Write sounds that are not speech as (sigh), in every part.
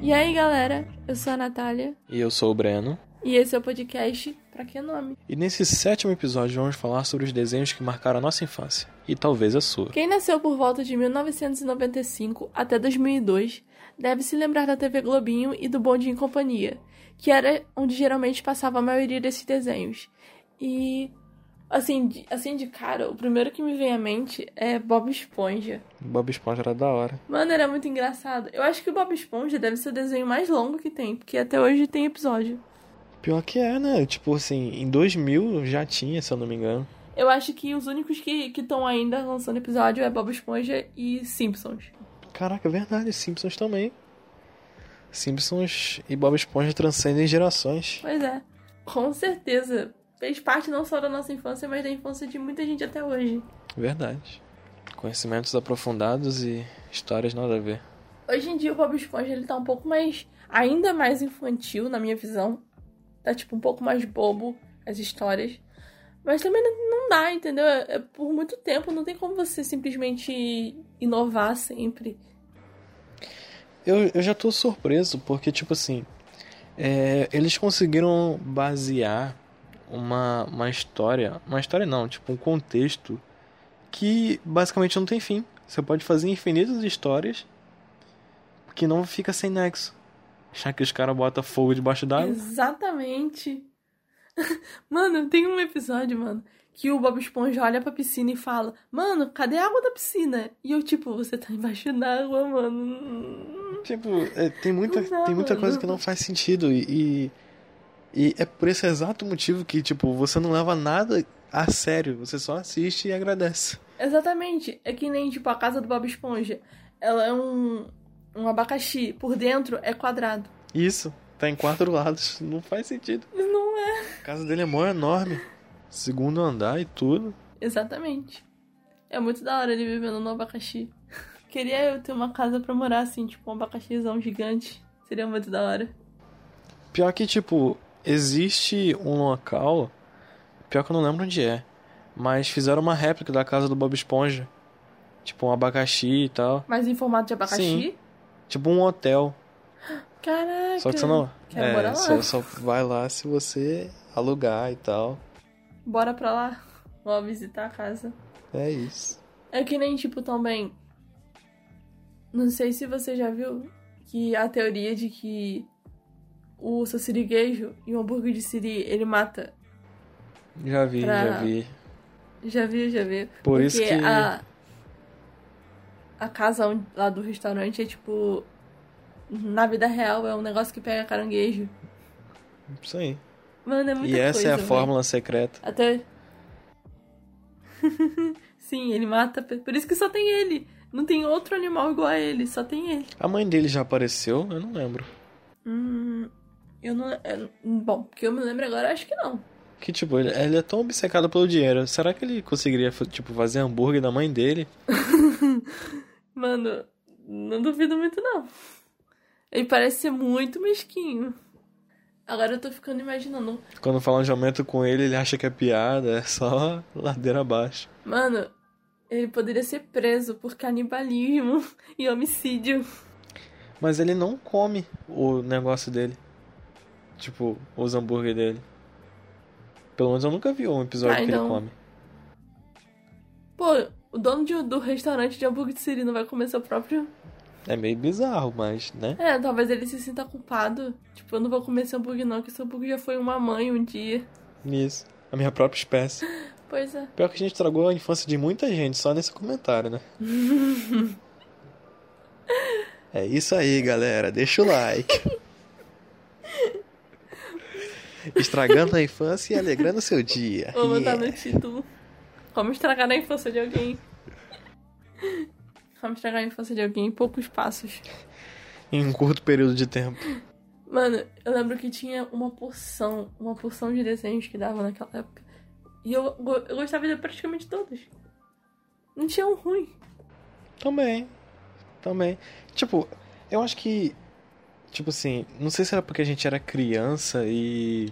E aí, galera, eu sou a Natália E eu sou o Breno. e esse é o podcast Pra Que Nome? E nesse sétimo episódio vamos falar sobre os desenhos que marcaram a nossa infância. E talvez a sua. Quem nasceu por volta de 1995 até 2002 deve se lembrar da TV Globinho e do Bom Dia em Companhia, que era onde geralmente passava a maioria desses desenhos. E, assim, de, assim de cara, o primeiro que me vem à mente é Bob Esponja. Bob Esponja era da hora. Mano, era muito engraçado. Eu acho que o Bob Esponja deve ser o desenho mais longo que tem, porque até hoje tem episódio. Pior que é, né? Tipo assim, em 2000 já tinha, se eu não me engano. Eu acho que os únicos que estão ainda lançando episódio é Bob Esponja e Simpsons. Caraca, é verdade. Simpsons também. Simpsons e Bob Esponja transcendem gerações. Pois é. Com certeza. Fez parte não só da nossa infância, mas da infância de muita gente até hoje. Verdade. Conhecimentos aprofundados e histórias nada a ver. Hoje em dia o Bob Esponja ele tá um pouco mais. ainda mais infantil, na minha visão. Tá tipo um pouco mais bobo as histórias. Mas também não não dá, entendeu? É- é por muito tempo não tem como você simplesmente inovar sempre. Eu, eu já tô surpreso porque, tipo assim, é, eles conseguiram basear uma, uma história, uma história não, tipo um contexto que basicamente não tem fim. Você pode fazer infinitas histórias que não fica sem nexo. Já que os caras botam fogo debaixo d'água. Exatamente. (laughs) Mano, tem um episódio, mano, que o Bob Esponja olha pra piscina e fala: Mano, cadê a água da piscina? E eu, tipo, você tá embaixo d'água, mano. Tipo, é, tem muita, Não dá, tem muita mano. coisa que não faz sentido e, e, e é por esse exato motivo que, tipo, você não leva nada a sério. Você só assiste e agradece. Exatamente. É que nem, tipo, a casa do Bob Esponja. Ela é um, um abacaxi. Por dentro é quadrado. Isso, tá em quatro lados, não faz sentido. Não é. A casa dele é mó enorme. Segundo andar e tudo. Exatamente. É muito da hora ele vivendo no abacaxi. (laughs) Queria eu ter uma casa pra morar assim, tipo, um abacaxizão gigante. Seria muito da hora. Pior que, tipo, existe um local. Pior que eu não lembro onde é. Mas fizeram uma réplica da casa do Bob Esponja. Tipo, um abacaxi e tal. Mas em formato de abacaxi? Sim. Tipo um hotel. Caraca. Só que você não. Quero morar lá. Só, só vai lá se você alugar e tal. Bora pra lá. Vou visitar a casa. É isso. É que nem, tipo, também. Não sei se você já viu que a teoria de que o seu siriguejo e o hambúrguer de siri, ele mata. Já vi, Pra- já vi. Já viu, já viu. Por Porque isso que. a. A casa onde- lá do restaurante é tipo. Na vida real é um negócio que pega caranguejo. Isso aí. Mano, é muita E essa coisa. é a velho. fórmula secreta. Até. (laughs) Sim, ele mata. pe- Por isso que só tem ele. Não tem outro animal igual a ele, só tem ele. A mãe dele já apareceu? Eu não lembro. Hum, eu não. é- bom, porque eu me lembro agora, eu acho que não. Que, tipo, ele, ele é tão obcecado pelo dinheiro. Será que ele conseguiria, fa- tipo, fazer hambúrguer da mãe dele? Mano, não duvido muito, não. Ele parece ser muito mesquinho. Agora eu tô ficando imaginando. Quando falam de aumento com ele, ele acha que é piada, é só (laughs) ladeira abaixo. Mano, ele poderia ser preso por canibalismo (laughs) e homicídio. Mas ele não come o negócio dele. Tipo, os hambúrguer dele. Pelo menos eu nunca vi um episódio Ah, que então- ele come. Pô, o dono de- um, do restaurante de hambúrguer de siri não vai comer seu próprio É meio bizarro, mas, né? É, talvez ele se sinta culpado. Tipo, eu não vou comer seu hambúrguer não, que seu hambúrguer já foi uma mãe um dia. Nisso. A minha própria espécie. Pois é. Pior que a gente estragou a infância de muita gente só nesse (laughs) comentário, né? é isso aí, galera. Deixa o like. (laughs) Estragando a infância e alegrando o seu dia. Vou botar (laughs) Yeah. no título. Como estragar na infância de alguém. Como estragar a infância de alguém em poucos passos. Em um curto período de tempo. Mano, eu lembro que tinha uma porção, uma porção de desenhos que dava naquela época. E eu, go- eu gostava de praticamente todos. Não tinha um ruim. Também. Também. Tipo, eu acho que. Tipo assim, não sei se era porque a gente era criança e.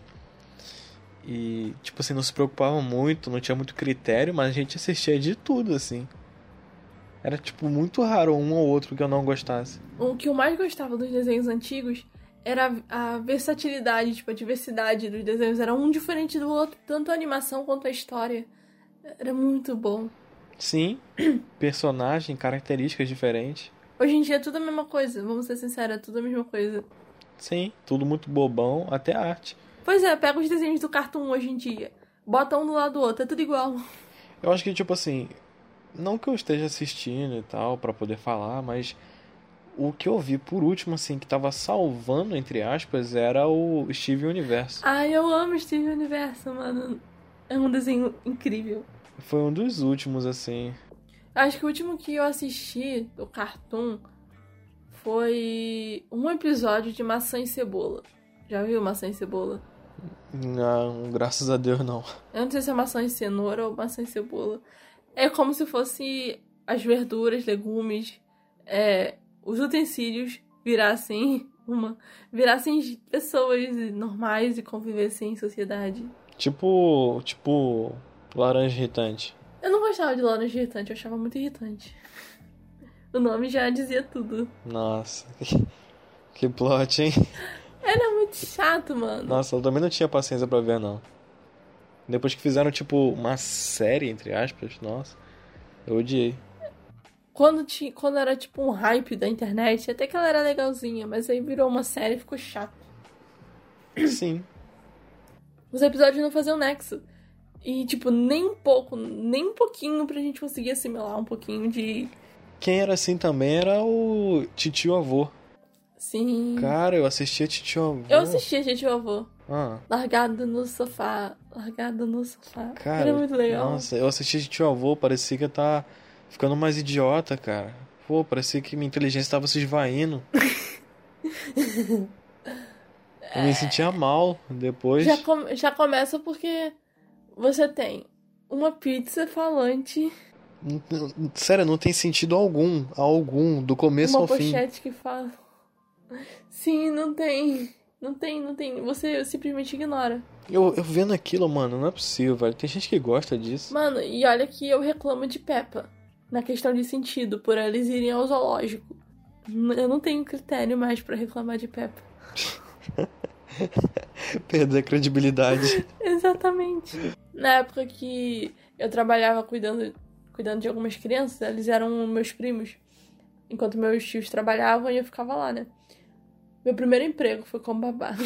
E, tipo assim, não se preocupava muito, não tinha muito critério, mas a gente assistia de tudo, assim. Era, tipo, muito raro um ou outro que eu não gostasse. O que eu mais gostava dos desenhos antigos era a a versatilidade, tipo, a diversidade dos desenhos. Era um diferente do outro, tanto a animação quanto a história. Era muito bom. Sim, personagem, características diferentes. Hoje em dia é tudo a mesma coisa, vamos ser sinceros, é tudo a mesma coisa. Sim, tudo muito bobão, até arte. Pois é, pega os desenhos do Cartoon hoje em dia, bota um do lado do outro, é tudo igual. Eu acho que, tipo assim, não que eu esteja assistindo e tal, pra poder falar, mas o que eu vi por último, assim, que tava salvando, entre aspas, era o Steve Universo. Ai, eu amo Steve Universo, mano. É um desenho incrível. Foi um dos últimos, assim. Acho que o último que eu assisti do Cartoon foi um episódio de Maçã e Cebola. Já viu Maçã e Cebola? Não, graças a Deus, não. (laughs) Eu não sei se é maçã e cenoura ou maçã e cebola. É como se fosse as verduras, legumes, é, os utensílios virassem (laughs) uma. virassem pessoas normais e convivessem em sociedade. Tipo. Tipo. Laranja irritante. Eu não gostava de laranja irritante, eu achava muito irritante. O nome já dizia tudo. Nossa, (laughs) que, que plot, hein? Era É muito chato, mano. Nossa, eu também não tinha paciência pra ver, não. Depois que fizeram, tipo, uma série, entre aspas, nossa, eu odiei. Quando, ti- quando era tipo um hype da internet, até que ela era legalzinha, mas aí virou uma série e ficou chato. Sim. Os episódios não faziam nexo. E, tipo, nem um pouco, nem um pouquinho pra gente conseguir assimilar um pouquinho de. Quem era assim também era o Titio Avô. Sim. Cara, eu assistia Titio Avô. assim. Hum. Eu assistia, gente, o avô. Ah, Largado no sofá. Largado no sofá. cara. era muito legal. Nossa, eu assistia Titio Avô, parecia que eu tava ficando mais idiota, cara. Pô, parecia que minha inteligência tava (laughs) se esvaindo. Eu me sentia mal depois. É. Já, com- já começa porque você tem uma pizza falante, N- n- Sério, não tem sentido algum, algum, do começo uma ao é fim. pochete que fala. Sim, não tem. Não tem, não tem. Você simplesmente ignora. Eu, eu vendo aquilo, mano, não é possível, velho. Tem gente que gosta disso. Mano, e olha que eu reclamo de Peppa. Na questão de sentido, por eles irem ao zoológico. N- Eu não tenho critério mais pra reclamar de Peppa. Perder a credibilidade. Exatamente. Na época que eu trabalhava cuidando, cuidando de algumas crianças, eles eram meus primos. Enquanto meus tios trabalhavam e eu ficava lá, né? Meu primeiro emprego foi como babá.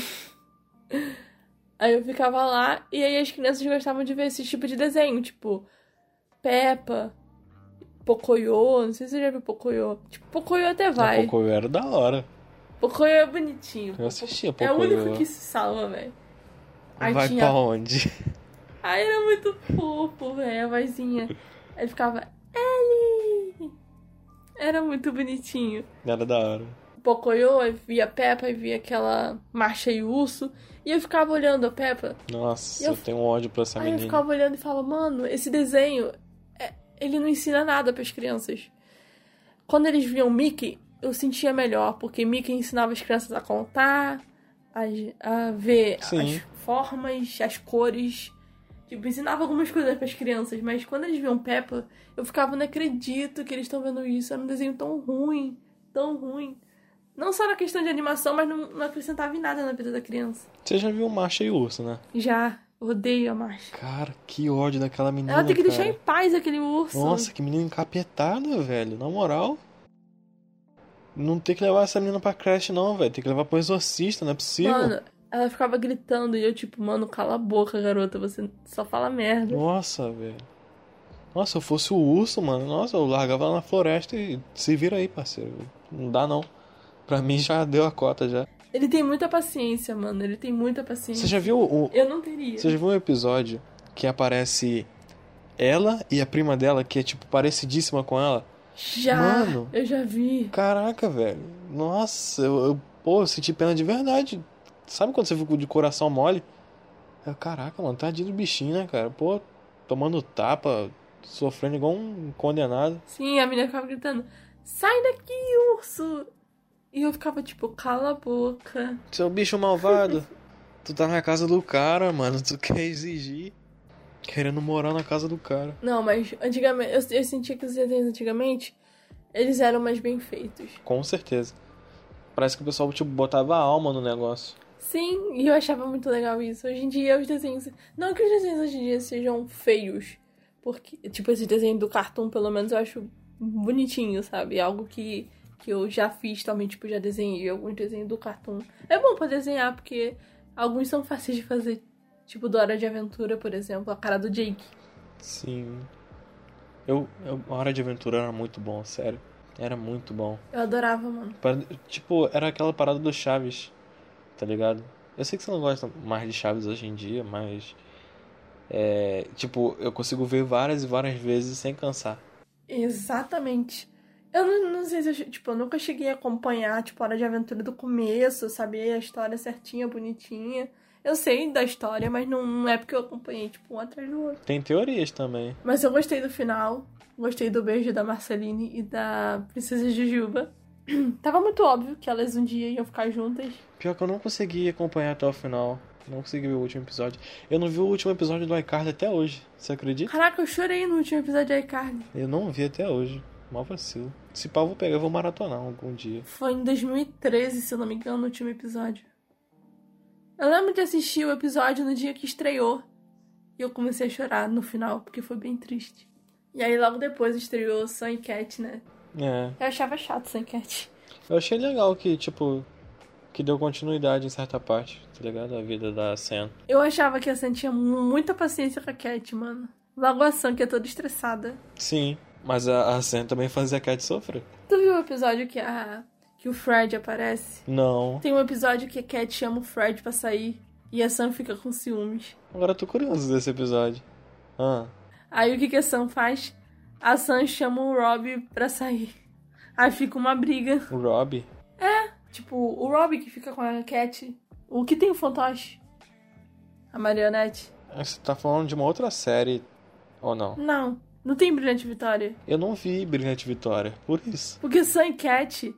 Aí eu ficava lá e aí as crianças gostavam de ver esse tipo de desenho, tipo Peppa, Pocoyo, não sei se você já viu Pocoyo. Tipo, Pocoyo até vai. O Pocoyo era da hora. Pocoyo é bonitinho. Eu assistia É o Pocoyo. né? único que se salva, velho. Aí Vai tinha pra onde? (laughs) Ai, era muito fofo, velho, a vozinha. Ele ficava, Ellie! Era muito bonitinho. Era da hora. Pocoyo, eu via a Peppa, eu via aquela marcha e urso. E eu ficava olhando a Peppa. Nossa, E eu eu, f- tenho um ódio pra essa Aí eu menina. ficava olhando e falava, mano, esse desenho, é- ele não ensina nada pras crianças. Quando eles viam Mickey, eu sentia melhor, porque Mickey ensinava as crianças a contar, a, a ver Sim. as formas, as cores. Tipo, ensinava algumas coisas pras crianças, mas quando eles viam Peppa, eu ficava, não acredito que eles estão vendo isso. Era um desenho tão ruim, tão ruim. Não só na questão de animação, mas não, não acrescentava em nada na vida da criança. Você já viu Marcha e Urso, né? Já, odeio a marcha. Cara, que ódio daquela menina. Ela tem que deixar cara. em paz né? aquele urso. Nossa, que menina encapetada, velho. Na moral. Não tem que levar essa menina pra creche, não, velho. Tem que levar pro exorcista, não é possível. mano, ela ficava gritando e eu, tipo, mano, cala a boca, garota, você só fala merda. Nossa, velho. Nossa, se eu fosse o urso, mano. Nossa, eu largava lá na floresta e se vira aí, parceiro. Não dá, não. Pra mim já deu a cota já. Ele tem muita paciência, mano, ele tem muita paciência. Você já viu o, Eu não teria. Você já viu um episódio que aparece ela e a prima dela, que é tipo parecidíssima com ela? Já, Mano. eu já vi. Caraca, velho. Nossa, eu, eu- pô, eu senti pena de verdade. Sabe quando você fica de coração mole? Eu, caraca, mano, tadinho do bichinho, né, cara? Pô, tomando tapa, sofrendo igual um condenado. Sim, a menina ficava gritando, sai daqui, urso! E eu ficava, tipo, cala a boca. Seu bicho malvado, tu tá na casa do cara, mano, tu quer exigir. Querendo morar na casa do cara. Não, mas antigamente, eu, eu sentia que os desenhos antigamente Eles eram mais bem feitos. Com certeza. Parece que o pessoal tipo, botava a alma no negócio. Sim, e eu achava muito legal isso. Hoje em dia os desenhos. Não que os desenhos hoje em dia sejam feios. Porque, tipo, esse desenho do cartoon, pelo menos, eu acho bonitinho, sabe? Algo que, que eu já fiz também, tipo, já desenhei alguns desenhos do cartoon. É bom pra desenhar, porque alguns são fáceis de fazer. Tipo, do Hora de Aventura, por exemplo, a cara do Jake. Sim. Eu, eu a Hora de Aventura era muito bom, sério. Era muito bom. Eu adorava, mano. Pare- Tipo, era aquela parada do Chaves, tá ligado? Eu sei que você não gosta mais de Chaves hoje em dia, mas. É, tipo, eu consigo ver várias e várias vezes sem cansar. Exatamente. Eu não, não sei se eu, che- tipo, eu nunca cheguei a acompanhar, tipo, a Hora de Aventura do começo, saber a história certinha, bonitinha. Eu sei da história, mas não, não é porque eu acompanhei, tipo, um atrás do outro. Tem teorias também. Mas eu gostei do final, gostei do beijo da Marceline e da Princesa Jujuba. (clears throat) Tava muito óbvio que elas um dia iam ficar juntas. Pior que eu não consegui acompanhar até o final. Não consegui ver o último episódio. Eu não vi o último episódio do iCard até hoje, você acredita? Caraca, eu chorei no último episódio de iCarly. Eu não vi até hoje. Mal vacilo. Se pá, eu vou pegar, eu vou maratonar algum dia. Foi em 2013, se eu não me engano, no último episódio. Eu lembro de assistir o episódio no dia que estreou. E eu comecei a chorar no final, porque foi bem triste. E aí logo depois estreou Sun Cat, né? É. Eu achava chato Sun Cat. Eu achei legal que, tipo, que deu continuidade em certa parte, tá ligado? A vida da Sam. Eu achava que a Sun tinha muita paciência com a Cat, mano. Logo a Sun, que é toda estressada. Sim, mas a, a Sam também fazia a Cat sofrer. Tu viu o episódio que a que o Fred aparece? Não. Tem um episódio que a Cat chama o Fred pra sair e a Sam fica com ciúmes. Agora eu tô curioso desse episódio. Ah, Aí o que, que a Sam faz? A Sam chama o Rob pra sair. Aí fica uma briga. o Rob? Tipo, o Rob que fica com a Cat. O que tem o fantoche? A marionete? Você tá falando de uma outra série, ou não? Não, não tem Brilhante Vitória. Eu não vi Brilhante Vitória, por isso. Porque Sam e Cat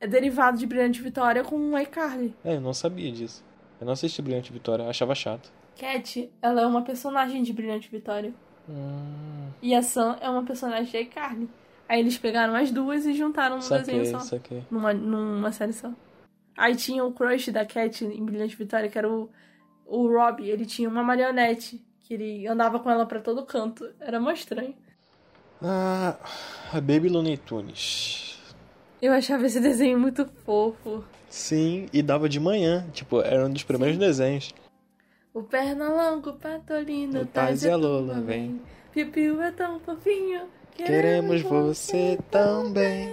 é derivado de Brilhante Vitória com o iCarly. É, eu não sabia disso. Eu não assisti Brilhante Vitória, eu achava chato. Cat, ela é uma personagem de Brilhante Vitória. Hum, E a Sam é uma personagem de iCarly. Aí eles pegaram as duas e juntaram num saquei, um desenho só. saquei. numa, numa série só. Aí tinha o crush da Cat em Brilhante Vitória, que era o, o Rob. Ele tinha uma marionete, que ele andava com ela pra todo canto. Era mó estranho. Ah, a Baby Looney Tunes. Eu achava esse desenho muito fofo. Sim, e dava de manhã, tipo, era um dos primeiros desenhos. O Pernalongo, o é Patolino, O Taz e a Lola, vem. Pipiu é tão fofinho. Queremos você também.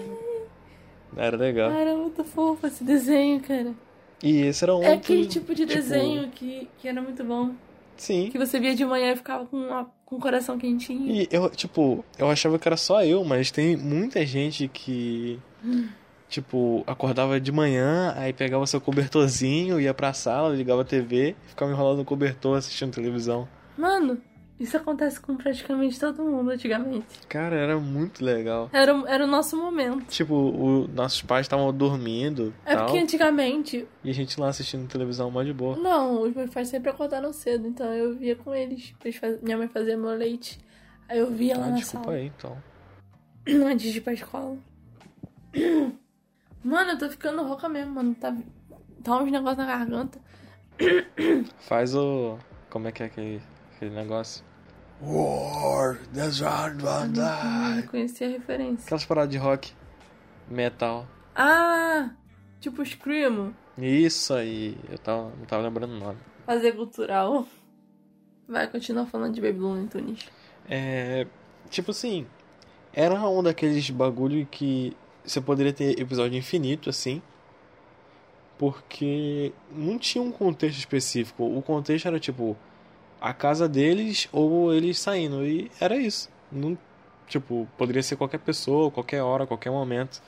Era legal. Cara, é muito fofo esse desenho, cara. E esse era um É aquele que- tipo de tipo- desenho que, que era muito bom. Sim. Que você via de manhã e ficava com, a- com o coração quentinho. E eu, tipo, eu achava que era só eu, mas tem muita gente que, tipo, acordava de manhã, aí pegava seu cobertorzinho, ia pra sala, ligava a TV, ficava enrolado no cobertor assistindo televisão. Mano, isso acontece com praticamente todo mundo antigamente. Cara, era muito legal. Era, o- era o nosso momento. Tipo, o, nossos pais estavam dormindo e É tal, porque antigamente. e a gente lá assistindo televisão mó de boa. Não, os meus pais sempre acordaram cedo, então eu via com eles. Eles faz- Minha mãe fazia meu leite. Aí eu via lá Ah, na desculpa sala. aí, então. (clears throat) Antes de ir pra escola. (clears throat) Mano, eu tô ficando rouca mesmo, mano. Tá, tá uns negócios na garganta. Faz o... como é que é aquele, aquele negócio? War, desert, Eu não conheci a referência. Aquelas paradas de rock, metal. Ah! Tipo Screamo. Isso aí, eu tava, não tava lembrando o nome. Fazer cultural. Vai, continua falando de Baby Looney Tunes. É, tipo assim, era um daqueles bagulho que você poderia ter episódio infinito, assim, porque não tinha um contexto específico. O contexto era tipo a casa deles ou eles saindo, e era isso. Não, tipo, poderia ser qualquer pessoa, qualquer hora, qualquer momento.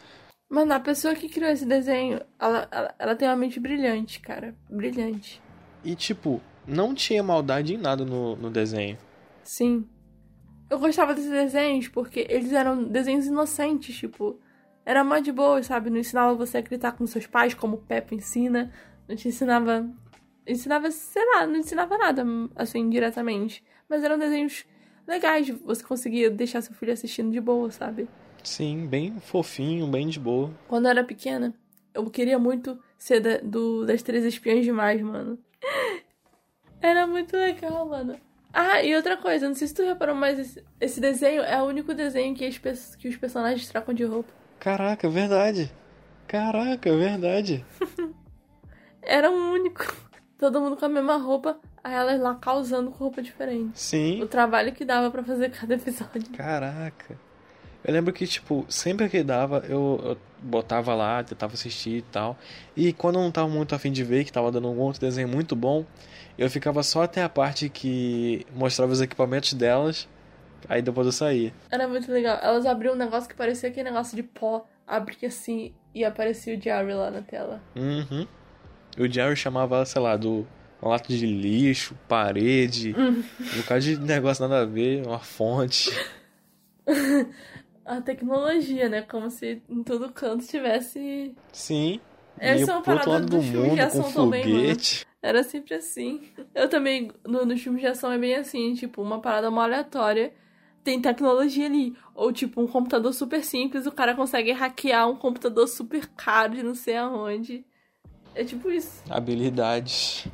Mano, a pessoa que criou esse desenho, ela, ela, ela tem uma mente brilhante, cara. Brilhante. E tipo, não tinha maldade em nada no, no desenho. Sim. Eu gostava desses desenhos porque eles eram desenhos inocentes, tipo. Era mó de boa, sabe? Não ensinava você a gritar com seus pais, como o Peppa ensina. Não te ensinava. Ensinava, sei lá, não ensinava nada, assim, diretamente. Mas eram desenhos legais, você conseguia deixar seu filho assistindo de boa, sabe? Sim, bem fofinho, bem de boa. Quando eu era pequena, eu queria muito ser da- do, das Três Espiãs demais, mano. (laughs) Era muito legal, mano. Ah, e outra coisa, não sei se tu reparou, mas esse, esse desenho é o único desenho que, as, pe- que os personagens trocam de roupa. Caraca, é verdade. Caraca, é verdade. Era o único. (laughs) Todo mundo com a mesma roupa, aí elas lá causando com roupa diferente. O Sim. trabalho que dava pra fazer (laughs) cada episódio. Caraca. Eu lembro que, tipo, sempre que dava, eu, eu botava lá, tentava assistir e tal. E quando eu não tava muito afim de ver, que tava dando algum outro desenho muito bom, eu ficava só até a parte que mostrava os equipamentos delas, aí depois eu saía. Era muito legal. Elas abriam um negócio que parecia aquele negócio de pó, abria assim e aparecia o Jerry lá na tela. Uhum. E o Jerry chamava, sei lá, do uma lata de lixo, parede, um bocado de negócio nada a ver, uma fonte. A tecnologia, né? Como se em todo canto tivesse. Sim. Essa e é uma pro outro parada lado do dos filmes de mundo com ação também, mano. foguete. Era sempre assim. Eu também, no, nos filmes de ação é bem assim, tipo, uma parada mó aleatória. Tem tecnologia ali. Ou tipo, um computador super simples, o cara consegue hackear um computador super caro de não sei aonde. É tipo isso. Habilidades.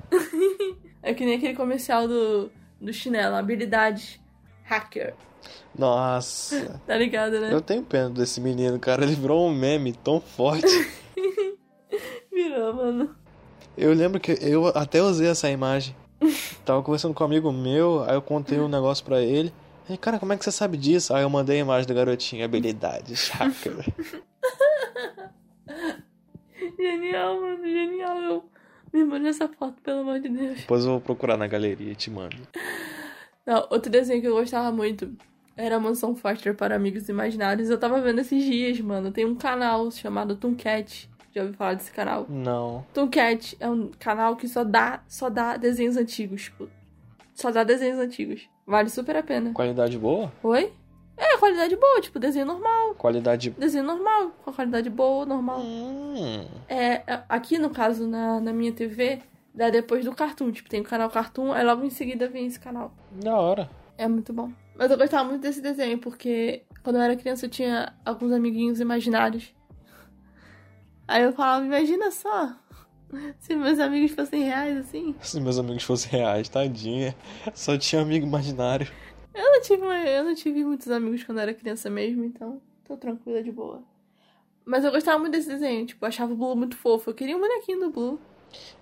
É que nem aquele comercial do, do chinelo, habilidade hacker. Nossa. Tá ligado, né? Eu tenho pena desse menino, cara. Ele virou um meme tão (laughs) forte. Virou, mano. Eu lembro que eu até usei essa (laughs) imagem. Tava conversando com um amigo meu, aí eu contei um negócio pra ele. Ele, cara, como é que você sabe disso? Aí eu mandei a imagem do garotinho, (laughs) habilidades, hacker. Genial, mano, genial. Eu me manda essa foto, pelo amor de Deus. Depois eu vou procurar na galeria e te mando. Não, outro desenho que eu gostava muito era Mansão Foster para Amigos Imaginários. Eu tava vendo esses dias, mano. Tem um canal chamado Tomcat. Já ouviu falar desse canal? Não. Tomcat é um canal que só dá, só dá desenhos antigos. tipo, Só dá desenhos antigos. Vale super a pena. Qualidade boa? Oi? É, qualidade boa, tipo, desenho normal. Qualidade. Desenho normal, com a qualidade boa, normal. Hum. É, é, aqui no caso, na, na minha TV, dá depois do Cartoon. Tipo, tem o canal Cartoon, aí logo em seguida vem esse canal. Da hora. É muito bom. Mas eu gostava muito desse desenho, porque quando eu era criança eu tinha alguns amiguinhos imaginários. (laughs) Aí eu falava, imagina só (laughs) se meus amigos fossem reais assim. Se meus amigos fossem reais, tadinha. Só tinha amigo imaginário. Eu não tive, eu não tive muitos amigos quando eu era criança mesmo, então tô tranquila de boa. Mas eu gostava muito desse desenho, tipo, eu achava o Blue muito fofo. Eu queria um bonequinho do Blue.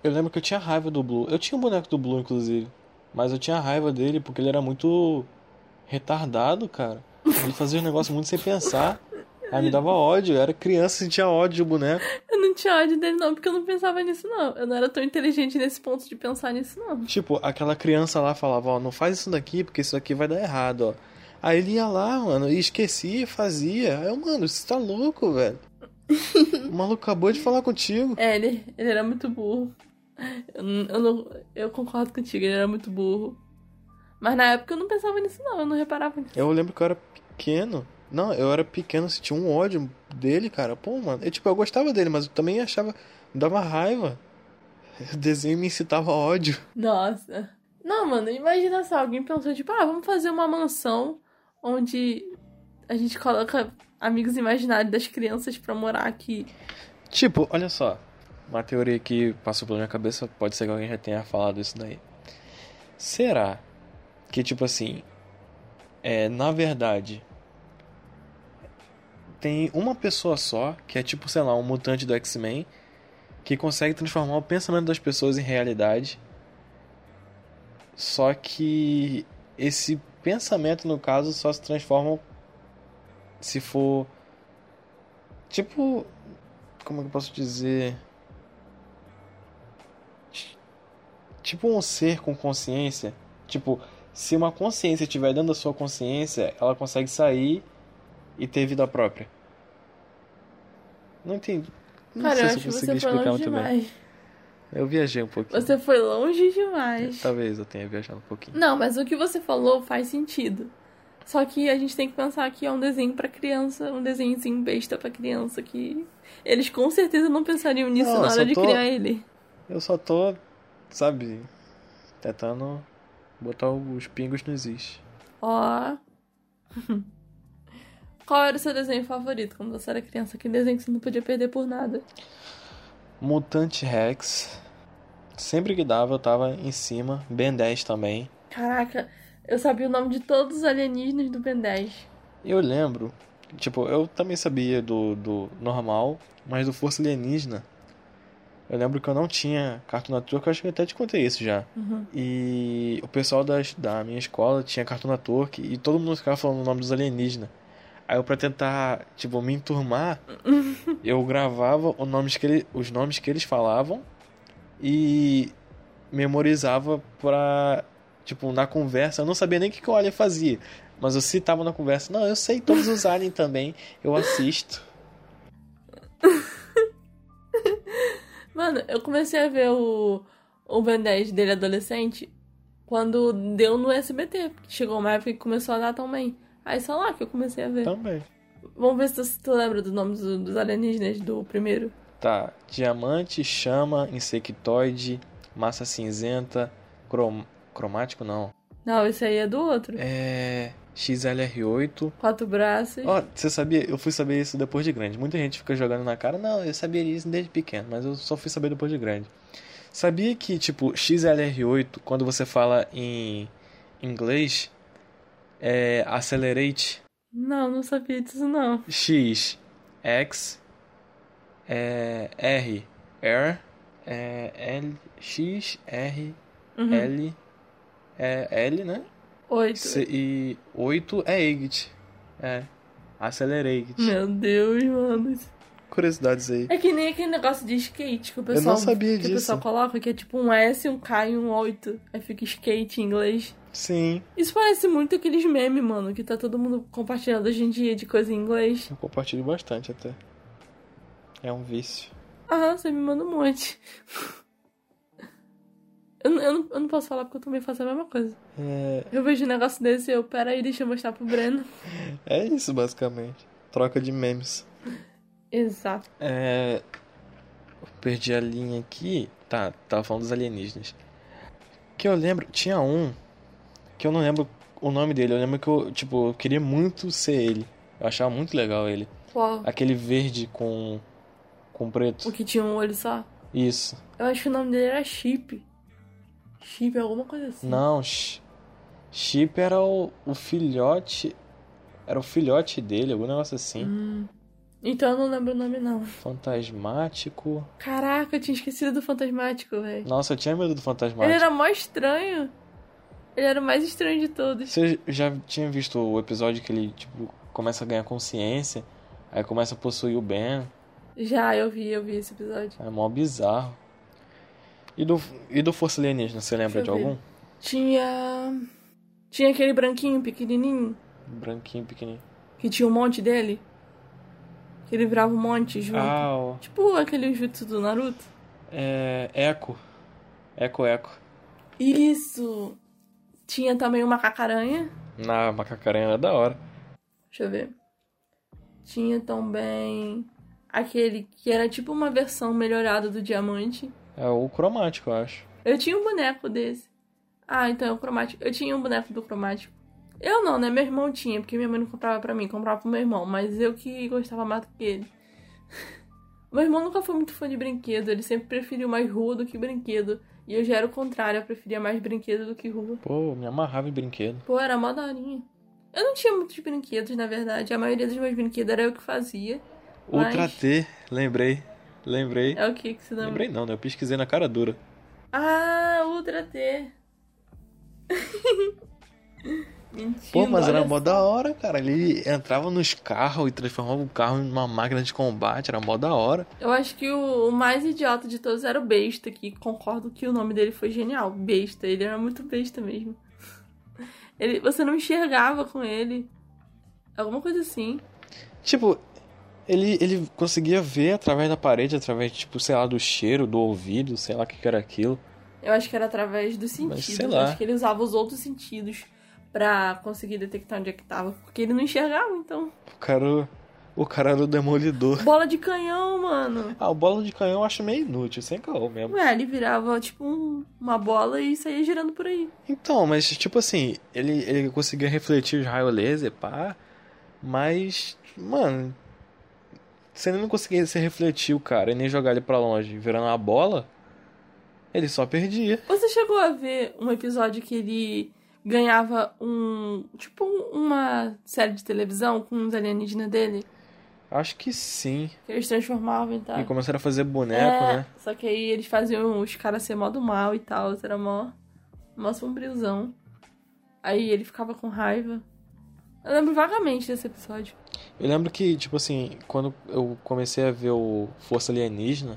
Eu lembro que eu tinha raiva do Blue. Eu tinha um boneco do Blue, inclusive. Mas eu tinha raiva dele porque ele era muito retardado, cara. Ele fazia os negócios muito sem pensar. Aí me dava ódio. Eu era criança e sentia ódio do boneco. Eu não tinha ódio dele, não, porque eu não pensava nisso, não. Eu não era tão inteligente nesse ponto de pensar nisso, não. Tipo, aquela criança lá falava, ó, não faz isso daqui porque isso aqui vai dar errado, ó. Aí ele ia lá, mano, e esquecia, e fazia. Aí eu, mano, você tá louco, velho. O maluco acabou de falar contigo. É, ele, ele era muito burro. Eu, n- eu, não- eu concordo contigo, ele era muito burro. Mas na época eu não pensava nisso, não, eu não reparava nisso. Eu lembro que eu era pequeno. Não, eu era pequeno, sentia um ódio dele, cara. Pô, mano, eu, tipo, eu gostava dele, mas eu também achava, me dava raiva. (laughs) O desenho me incitava a ódio. Nossa. Não, mano, imagina só, alguém pensou, tipo, ah, vamos fazer uma mansão onde a gente coloca amigos imaginários das crianças pra morar aqui. Tipo, olha só. Uma teoria que passou pela minha cabeça, pode ser que alguém já tenha falado isso daí. Será que, tipo assim, é, na verdade, tem uma pessoa só, que é tipo, sei lá, um mutante do X-Men, que consegue transformar o pensamento das pessoas em realidade. Só que esse pensamento, no caso, só se transforma se for. Tipo, como é que eu posso dizer? Ti- Tipo um ser com consciência. Tipo, se uma consciência estiver dentro da sua consciência, ela consegue sair e ter vida própria. Não entendi. Não Cara, eu sei acho se eu que consegui você foi explicar longe muito bem. demais. Eu viajei um pouquinho. Você foi longe demais. Talvez eu tenha viajado um pouquinho. Não, mas o que você falou faz sentido. Só que a gente tem que pensar que é um desenho pra criança, um desenhozinho besta pra criança que eles com certeza não pensariam nisso Não, eu na só hora de tô- criar ele. Eu só tô, sabe, tentando botar os pingos nos is. Ó. (laughs) Qual era o seu desenho favorito quando você era criança? Que desenho que você não podia perder por nada? Mutante Rex. Sempre que dava, eu tava em cima. Ben 10 também. Caraca, eu sabia o nome de todos os alienígenas do Ben 10. Eu lembro, tipo, eu também sabia do, do normal, mas do Força Alienígena. Eu lembro que eu não tinha Cartoon Network, eu acho que eu até te contei isso já. Uhum. E o pessoal das, da minha escola tinha Cartoon Network e todo mundo ficava falando o nome dos alienígenas. Aí eu, pra tentar, tipo, me enturmar, eu gravava o nomes que ele- os nomes que eles falavam e memorizava pra, tipo, na conversa. Eu não sabia nem o que, que o Alien fazia, mas eu citava na conversa. Não, eu sei todos os aliens também, eu assisto. Mano, eu comecei a ver o, o Ben 10 dele adolescente quando deu no SBT. porque Chegou uma época que começou a dar também. Aí só lá que eu comecei a ver. Também. Vamos ver se tu, se tu lembra dos nomes do- dos alienígenas do primeiro. Tá, diamante, chama, insectoide, massa cinzenta, crom... cromático não. Não, esse aí é do outro. É. XLR8. Quatro braços. Ó, você sabia? Eu fui saber isso depois de grande. Muita gente fica jogando na cara. Não, eu sabia isso desde pequeno, mas eu só fui saber depois de grande. Sabia que, tipo, XLR8, quando você fala em inglês, é accelerate Não, não sabia disso não. X, X, é, R, R, é, L, X, R, Uhum. L, é L, né? Oito. C- e 8 é exit. É, accelerate. Meu Deus, mano. isso- Curiosidades aí. É que nem aquele negócio de skate que o pessoal, não sabia que disso. O pessoal coloca que é tipo um S, um K e um 8. Aí fica skate em inglês. Sim, Isso parece muito aqueles memes, mano, que tá todo mundo compartilhando hoje em dia de coisa em inglês. eu compartilho bastante até. É um vício. Ah, você me manda um monte. (laughs) Eu, não- eu não, eu não posso falar porque eu também faço a mesma coisa. É, Eu vejo um negócio desse e eu, peraí, deixa eu mostrar pro Breno. é isso, basicamente. Troca de memes. Exato. É, eu perdi a linha aqui. Tá, tava falando dos alienígenas. Que eu lembro, tinha um que eu não lembro o nome dele. Eu lembro que eu, tipo, eu queria muito ser ele. Eu achava muito legal ele. Qual? Aquele verde com, com preto. O que tinha um olho só? Isso. Eu acho que o nome dele era Chip. Chip, alguma coisa assim. Não, Ch- Chip era o, o filhote. Era o filhote dele, algum negócio assim. Hum. Então eu não lembro o nome, não. Fantasmático. Caraca, eu tinha esquecido do Fantasmático, velho. Nossa, eu tinha medo do Ele fantasmático. era mó estranho. Ele era o mais estranho de todos. Você já tinha visto o episódio que ele, tipo, começa a ganhar consciência, aí começa a possuir o Ben. Já, eu vi, eu vi esse episódio. É mó bizarro. E do, e do Força Alienígena, você lembra de Deixa eu ver. algum? Tinha. Tinha aquele branquinho pequenininho, Branquinho, pequenininho. que tinha um monte dele. Que ele virava um monte junto. Ah, ó. Tipo aquele jutsu do Naruto. É. Eco. Eco, eco. Isso! Tinha também uma cacaranha. Na macacaranha era da hora. Deixa eu ver. Tinha também aquele que era tipo uma versão melhorada do diamante. É o cromático, eu acho. Eu tinha um boneco desse. Ah, então é o cromático. Eu tinha um boneco do cromático. Eu não, né? Meu irmão tinha, porque minha mãe não comprava pra mim, comprava pro meu irmão, mas eu que gostava mais do que ele. (laughs) meu irmão nunca foi muito fã de brinquedo, ele sempre preferiu mais rua do que brinquedo. E eu já era o contrário, eu preferia mais brinquedo do que rua. Pô, me amarrava em brinquedo. Pô, era mó daorinha. Eu não tinha muitos brinquedos, na verdade. A maioria dos meus brinquedos era eu que fazia. Mas- Ultra T, lembrei. Lembrei. É o que que se lembra? Lembrei não, né? Eu pesquisei na cara dura. Ah, Ultra T. (laughs) Mentira. Pô, mas era olha mó só. da hora, cara. Ele entrava nos carros e transformava o carro em uma máquina de combate. Era mó da hora. Eu acho que o, o mais idiota de todos era o Besta, que concordo que o nome dele foi genial. Besta, ele era muito besta mesmo. Ele, você não enxergava com ele. Alguma coisa assim. Tipo, ele, ele conseguia ver através da parede, através, tipo, sei lá, do cheiro, do ouvido, sei lá o que, que era aquilo. Eu acho que era através dos sentidos. sei Eu lá. Acho que ele usava os outros sentidos pra conseguir detectar onde é que tava. Porque ele não enxergava, então. O cara, o cara era o demolidor. (laughs) Bola de canhão, mano. Ah, o bolo de canhão eu acho meio inútil, sem caô mesmo. Ué, ele virava tipo um- uma bola e saía girando por aí. Então, mas tipo assim, ele, ele conseguia refletir os raios laser, pá. Mas, mano, se ele não conseguisse se refletir o cara e nem jogar ele pra longe virando uma bola, ele só perdia. Você chegou a ver um episódio que ele ganhava um. Tipo, uma série de televisão com uns alienígenas dele? Acho que sim. Que eles transformavam e tal. E começaram a fazer boneco, Tá. É, né? Só que aí eles faziam os caras ser mó do mal e tal. Era mó, mó sombriozão. Aí ele ficava com raiva. Eu lembro vagamente desse episódio. Eu lembro que, tipo assim, quando eu comecei a ver o Força Alienígena,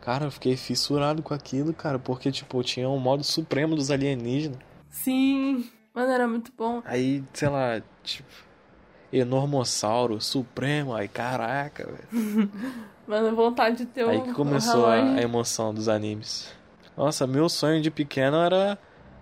cara, eu fiquei fissurado com aquilo, cara, porque, tipo, tinha um modo supremo dos alienígenas. Sim. Mano, era muito bom. Aí, sei lá, tipo, Enormossauro, Supremo, aí, caraca, velho. Mano, vontade de ter um, Aí que começou um a, relógio. a emoção dos animes. Nossa, meu sonho de pequeno era,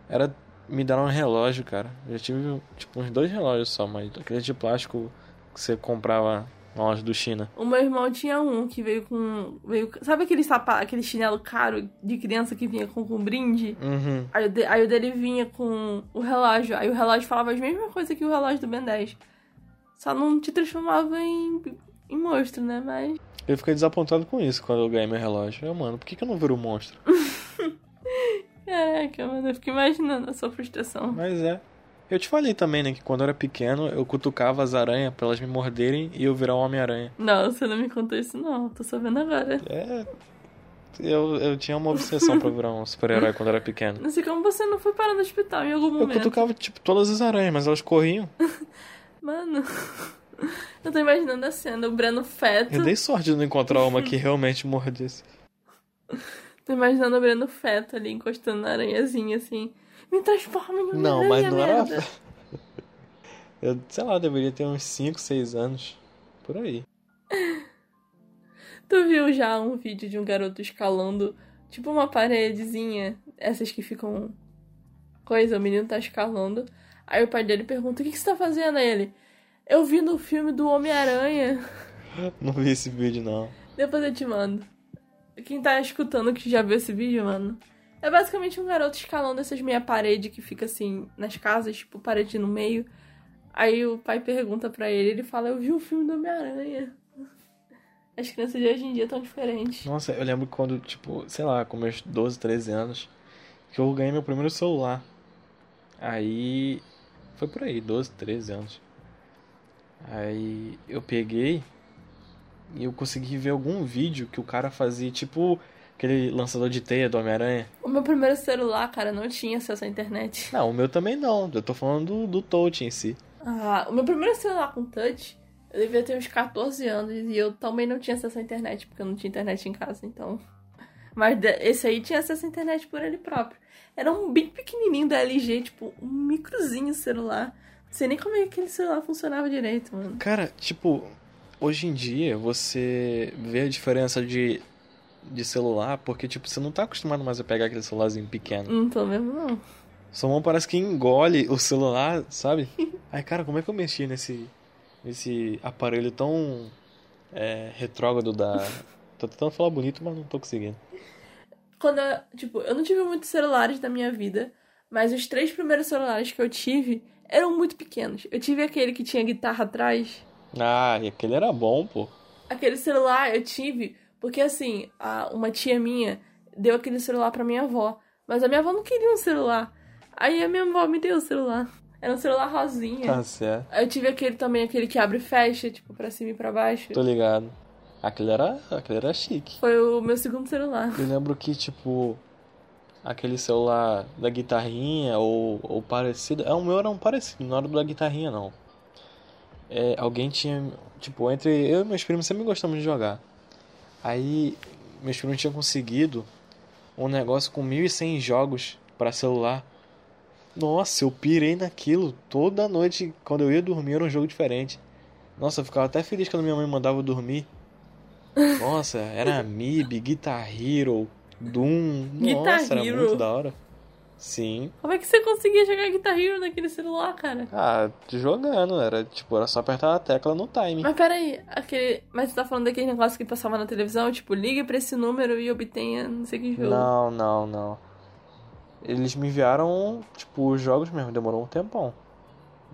era me dar um relógio, cara. Eu já tive, tipo, uns dois relógios só, mas aquele de plástico que você comprava na loja do China. O meu irmão tinha um que veio com. Veio, sabe aquele sapato, aquele chinelo caro de criança que vinha com, com brinde? Uhum. Aí o, de- aí o dele vinha com o relógio. Aí o relógio falava as mesmas coisas que o relógio do Ben 10. Só não te transformava em, em monstro, né? Mas. Eu fiquei desapontado com isso quando eu ganhei meu relógio. Eu, mano, por que, que eu não viro um monstro? Caraca, mano, é, eu fico imaginando a sua frustração. Mas é. Eu te falei também, né, que quando eu era pequeno, eu cutucava as aranhas pra elas me morderem e eu virar um Homem-Aranha. Não, você não me contou isso, não. Tô sabendo agora. É. Eu, eu tinha uma obsessão pra virar um super-herói quando eu era pequeno. Não sei como você não foi parar no hospital em algum Eu momento. cutucava, tipo, todas as aranhas, mas elas corriam. Mano. (laughs) Eu tô imaginando a cena, o Breno feto. Eu dei sorte de não encontrar uma que realmente mordesse. Tô imaginando o Breno feto ali encostando na aranhazinha assim. Me transforma em uma Não, mas aranha, não era. merda. Eu, sei lá, deveria ter uns 5, 6 anos. Por aí. Tu viu já um vídeo de um garoto escalando, tipo uma paredezinha, essas que ficam coisa, o menino tá escalando. Aí o pai dele pergunta: "O que que você tá fazendo?" Aí ele: "Eu vi no filme do Homem-Aranha". Não vi esse vídeo, não. Depois eu te mando. Quem tá escutando que já viu esse vídeo, mano. É basicamente um garoto escalando essas meia parede que fica assim nas casas, tipo parede no meio. Aí o pai pergunta pra ele, ele fala: "Eu vi o filme do Homem-Aranha". As crianças de hoje em dia tão diferentes. Nossa, eu lembro quando, tipo, sei lá, com meus 12, 13 anos, que eu ganhei meu primeiro celular. Aí. Foi por aí, 12, 13 anos. Aí eu peguei e eu consegui ver algum vídeo que o cara fazia, tipo, aquele lançador de teia do Homem-Aranha. O meu primeiro celular, cara, não tinha acesso à internet. Não, o meu também não. Eu tô falando do, do touch em si. Ah, o meu primeiro celular com touch, eu devia ter uns 14 anos e eu também não tinha acesso à internet, porque eu não tinha internet em casa, então. Mas de- esse aí tinha acesso à internet por ele próprio. Era um bem pequenininho da LG, tipo, um microzinho celular. Não sei nem como é que aquele celular funcionava direito, mano. Cara, tipo, hoje em dia você vê a diferença de, de celular, porque, tipo, você não tá acostumado mais a pegar aquele celularzinho pequeno. Não tô mesmo, não. Sua mão parece que engole o celular, sabe? (laughs) Ai, cara, como é que eu mexi nesse, nesse aparelho tão é, retrógrado da. Tô tentando falar bonito, mas não tô conseguindo. Quando eu, tipo, eu não tive muitos celulares na minha vida, mas os três primeiros celulares que eu tive eram muito pequenos. Eu tive aquele que tinha guitarra atrás. Ah, e aquele era bom, pô. Aquele celular eu tive porque, assim, a- uma tia minha deu aquele celular pra minha avó. Mas a minha avó não queria um celular. Aí a minha avó me deu o celular. Era um celular rosinha. Tá certo. Eu tive aquele também, aquele que abre e fecha, tipo, pra cima e pra baixo. Tô ligado. Aquele era, aquele era chique. Foi o meu segundo celular. Eu lembro que, tipo, aquele celular da guitarrinha ou, ou parecido. É, o meu era um parecido, não era o da guitarrinha, não. É, alguém tinha. Tipo, entre eu e meus primos sempre gostamos de jogar. Aí, meus primos tinham conseguido um negócio com 1.100 jogos pra celular. Nossa, eu pirei naquilo. Toda noite, quando eu ia dormir, era um jogo diferente. Nossa, eu ficava até feliz quando minha mãe mandava (laughs) eu dormir. Nossa, era MIB, Guitar Hero, Doom. Guitar Nossa, era Hero. muito da hora. Sim. Como é que você conseguia jogar Guitar Hero naquele celular, cara? Ah, jogando, era tipo, era só apertar a tecla no time. Mas peraí, aquele. Mas você tá falando daquele negócio que passava na televisão, tipo, ligue pra esse número e obtenha não sei que jogo. Não, não, não. Eles me enviaram, tipo, os jogos mesmo, demorou um tempão.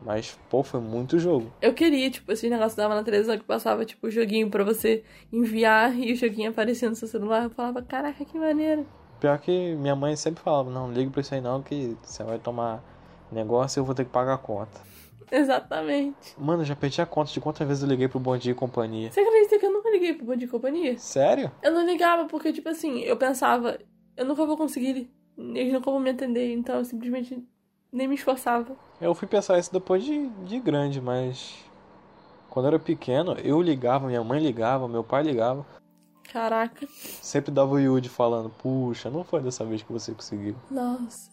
Mas, pô, foi muito jogo. Eu queria, tipo, esse negócio dava na televisão que passava, tipo, o joguinho pra você enviar e o joguinho aparecia no seu celular. Eu falava, caraca, que maneiro. (laughs) Pior que minha mãe sempre falava, não liga pra isso aí não, que você vai tomar negócio e eu vou ter que pagar a conta. Exatamente. Mano, eu já perdi a conta de quantas vezes eu liguei pro Bom Dia e Companhia. Você acredita que eu nunca liguei pro Bom Dia e Companhia? Sério? Eu não ligava porque, tipo assim, eu pensava, eu nunca vou conseguir, eles nunca vão me atender, então eu simplesmente nem me esforçava. Eu fui pensar isso depois de, de grande, mas... Quando eu era pequeno, eu ligava, minha mãe ligava, meu pai ligava. Caraca, Sempre dava o Yudi falando, puxa, não foi dessa vez que você conseguiu. nossa.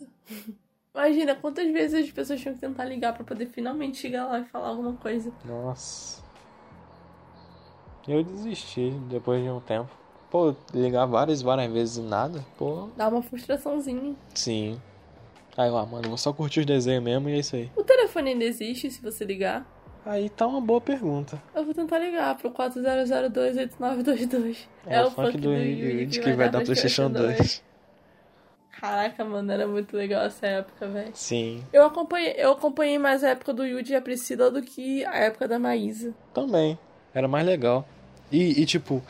(laughs) Imagina quantas vezes as pessoas tinham que tentar ligar pra poder finalmente chegar lá e falar alguma coisa. Nossa. Eu desisti depois de um tempo. Pô, ligar várias, várias vezes e nada, pô. Dá uma frustraçãozinha. Sim. Aí lá, mano, vou só curtir os desenhos mesmo e é isso aí. O telefone ainda existe se você ligar? Aí tá uma boa pergunta. Eu vou tentar ligar pro 40028922. É, o funk do Yuri que vai dar PlayStation 2. Caraca, mano, era muito legal essa época, velho. Sim. Eu acompanhei, eu acompanhei mais a época do Yudi e a Priscila do que a época da Maísa. Também. Era mais legal. E, e, tipo,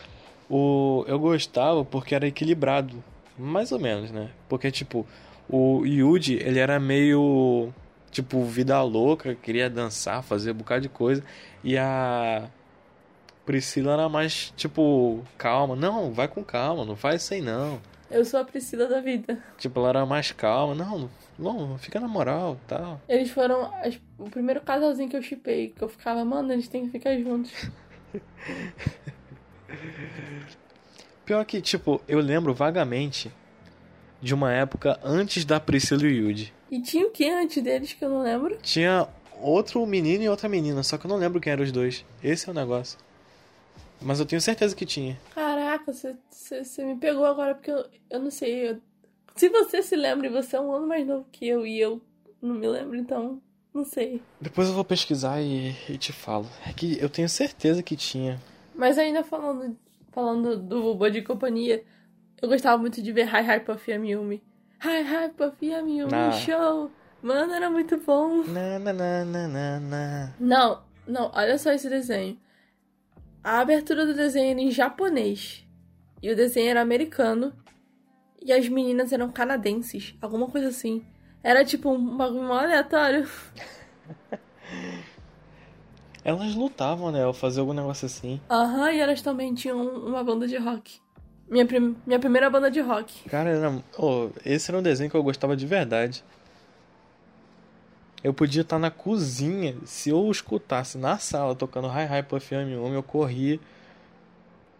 o... eu gostava porque era equilibrado. Mais ou menos, né? Porque, tipo, o Yuji, ele era meio. Tipo, vida louca, queria dançar, fazer um bocado de coisa. E a Priscila era mais, tipo, calma. Não, vai com calma, não faz isso aí não. Eu sou a Priscila da vida. Tipo, ela era mais calma. Não, não, fica na moral tá? tal. Eles foram as- o primeiro casalzinho que eu chipei, que eu ficava, mano, eles têm que ficar juntos. Pior que, tipo, eu lembro vagamente de uma época antes da Priscila e o Yuji. E tinha o que antes deles que eu não lembro? Tinha outro menino e outra menina, só que eu não lembro quem eram os dois. Esse é o negócio. Mas eu tenho certeza que tinha. Caraca, você- você você me pegou agora porque eu, eu não sei. eu- se você se lembra e você é um ano mais novo que eu e eu não me lembro, então não sei. Depois eu vou pesquisar e, e te falo. É que eu tenho certeza que tinha. Mas ainda falando, falando do Bom de Companhia, eu gostava muito de ver Hi Hi Puff e a Miyumi. Hi Hi Puff e a Miyumi, Ah. show! Mano, era muito bom. Na, na, na, na, na, na. Não, não, olha só esse desenho. A abertura do desenho era em japonês. E o desenho era americano. E as meninas eram canadenses, alguma coisa assim. Era tipo um bagulho mó aleatório. (laughs) Elas lutavam, né? Ou fazer algum negócio assim. Aham, e elas também tinham um, uma banda de rock. Minha, prim- minha primeira banda de rock. Cara, era... Ô, esse era um desenho que eu gostava de verdade. Eu podia estar na cozinha, se eu escutasse na sala tocando Hi Hi Puff Yum Yum, eu corria.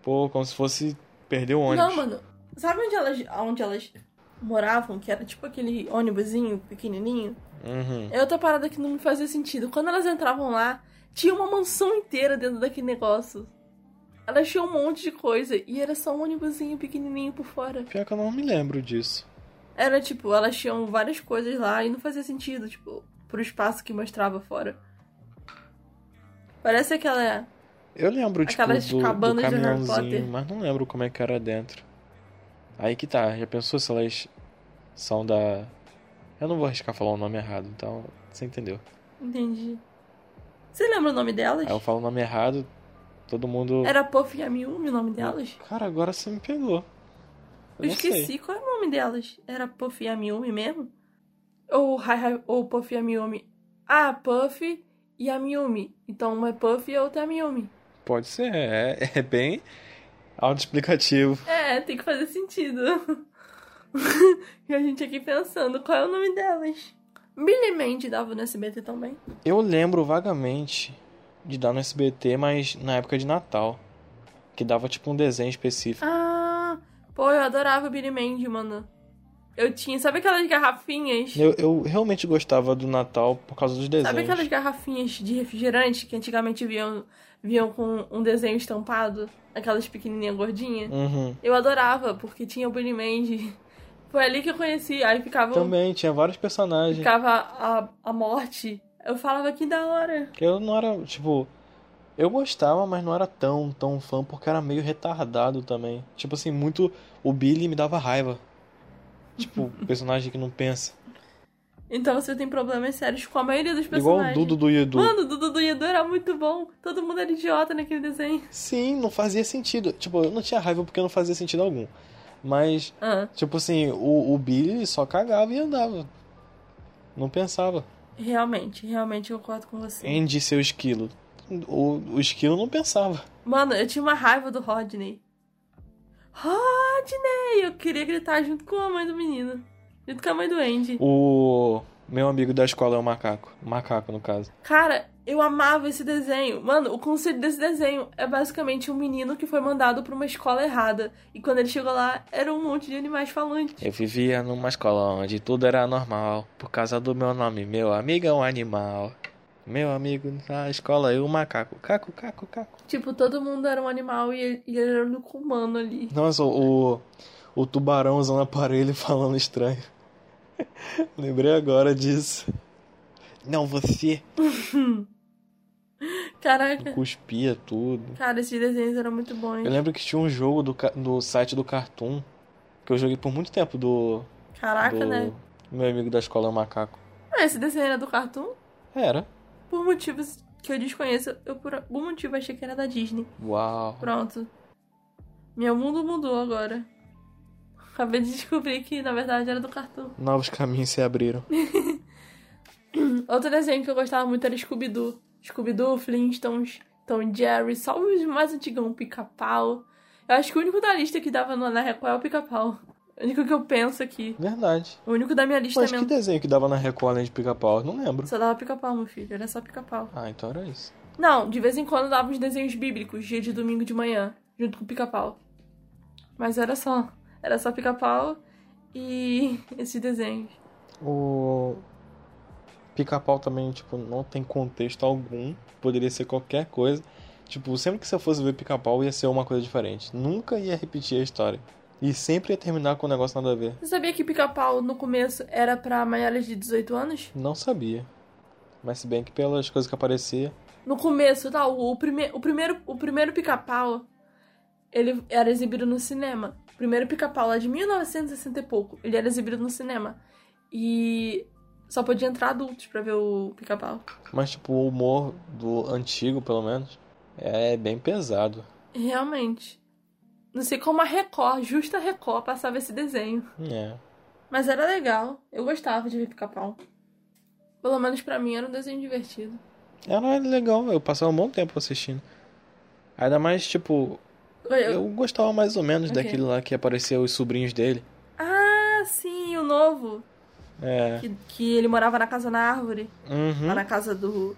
Pô, como se fosse perder o ônibus. Não, mano. Sabe onde elas, onde elas moravam? Que era tipo aquele ônibusinho pequenininho? Uhum. É outra parada que não me fazia sentido. Quando elas entravam lá, tinha uma mansão inteira dentro daquele negócio. Elas tinham um monte de coisa e era só um ônibusinho pequenininho por fora. Pior que eu não me lembro disso. Era tipo, elas tinham várias coisas lá e não fazia sentido, tipo, pro espaço que mostrava fora. Parece aquela. Eu lembro, tipo, Aquelas do, do cabanas de Harry Potter. caminhãozinho, mas não lembro como é que era dentro. Aí que tá, já pensou se elas são da... Eu não vou arriscar falar o nome errado, então você entendeu. Entendi. Você lembra o nome delas? Aí eu falo É o nome errado, todo mundo... Era Puff e a Miumi o nome delas? Cara, agora você me pegou. Eu, Eu não esqueci, sei. qual é o nome delas? Era Puff e a Miumi mesmo? Ou, Hi Hi- ou Puff e a Miumi? Ah, Puff e a Miumi. Então uma é Puff e a outra é a Miumi. Pode ser, é, (laughs) é bem autoexplicativo. É, tem que fazer sentido. (laughs) e a gente aqui pensando, qual é o nome delas? Billy Mandy dava no SBT também. Eu lembro vagamente de dar no SBT, mas na época de Natal. Que dava tipo um desenho específico. Ah, pô, eu adorava Billy Mandy, mano. Eu tinha, sabe aquelas garrafinhas? Eu, eu realmente gostava do Natal por causa dos desenhos. Sabe aquelas garrafinhas de refrigerante que antigamente vinham, vinham com um desenho estampado? Aquelas pequenininhas gordinhas? Uhum. Eu adorava, porque tinha o Billy Mandy. Foi ali que eu conheci. Aí ficava, Também, tinha vários personagens. ficava a, a morte. Eu falava que da hora. Que eu não era, tipo. Eu gostava, mas não era tão, tão fã, porque era meio retardado também. Tipo (laughs) assim, muito. O Billy me dava raiva. Tipo, personagem que não pensa. Então você tem problemas sérios com a maioria dos Igual personagens. o Dudu do Edu. Mano, o Dudu do Edu era muito bom. Todo mundo era idiota naquele desenho. Sim, não fazia sentido. Tipo, eu não tinha raiva porque não fazia sentido algum. Mas, Ah, tipo assim, o, o Billy só cagava e andava. Não pensava. realmente, realmente eu concordo com você. Andy, seu esquilo. O, o esquilo não pensava. Mano, eu tinha uma raiva do Rodney. Rodney! Eu queria gritar junto com a mãe do menino. Junto com a mãe do Andy. O meu amigo da escola é o macaco. Macaco, no caso. Cara, eu amava esse desenho. Mano, o conceito desse desenho é basicamente um menino que foi mandado pra uma escola errada. E quando ele chegou lá, era um monte de animais falantes. Eu vivia numa escola onde tudo era normal, por causa do meu nome. Meu amigo é um animal. Meu amigo na escola, eu um macaco. Caco, caco, caco. Tipo, todo mundo era um animal e ele- e ele era o único humano ali. Nossa, o, o tubarão usando aparelho e (laughs) falando estranho. Lembrei agora disso. Não, você Caraca. cuspia tudo. Cara, esses desenhos eram muito bons. Eu lembro que tinha um jogo do, ca- do site do Cartoon, que eu joguei por muito tempo, do, Caraca, do né? meu amigo da escola é um macaco. Ah, esse desenho era do Cartoon? Era. Por motivos que eu desconheço, eu por algum motivo achei que era da Disney. Uau. Pronto. Meu mundo mudou agora. Acabei de descobrir que, na verdade, era do Cartoon. Novos caminhos se abriram. Outro desenho que eu gostava muito era Scooby-Doo. Scooby-Doo, Flintstones, Tom e Jerry, só os mais antigão, Pica-Pau. Eu acho que o único da lista que dava no- na Record é o Pica-Pau. O único que eu penso aqui. Verdade. O único da minha lista Mas que mesmo. desenho que dava na Record além de pica-pau? Eu Não lembro. Só dava Pica-Pau, meu filho. Era só Pica-Pau. Ah, então era isso. Não, de vez em quando dava uns desenhos bíblicos, dia de domingo de manhã, junto com o pica-pau. Mas era só. Era só pica-pau e (laughs) esses desenhos. O pica-pau também, tipo, não tem contexto algum. Poderia ser qualquer coisa. Tipo, sempre que você fosse ver pica-pau ia ser uma coisa diferente. Nunca ia repetir a história. E sempre ia terminar com um negócio nada a ver. Você sabia que pica-pau no começo era pra maiores de 18 anos? Não sabia. Mas se bem que pelas coisas que aparecia. No começo, tá? O, o, prime, o primeiro, o primeiro pica-pau ele era exibido no cinema. O primeiro pica-pau lá de 1960 e pouco, ele era exibido no cinema. E só podia entrar adultos pra ver o pica-pau. Mas tipo, o humor do antigo, pelo menos, é bem pesado. Realmente. Não sei como a Record, justa Record, passava esse desenho. É. Mas era legal. Eu gostava de ver pica-pau. Pelo menos pra mim era um desenho divertido. Era É, legal, eu passava um bom tempo assistindo. Ainda mais, tipo, Eu- eu- Eu gostava mais ou menos Ok. daquele lá que apareceu os sobrinhos dele. Ah, sim, o novo. É. Que, que ele morava na casa na árvore. Lá Uhum. na casa do.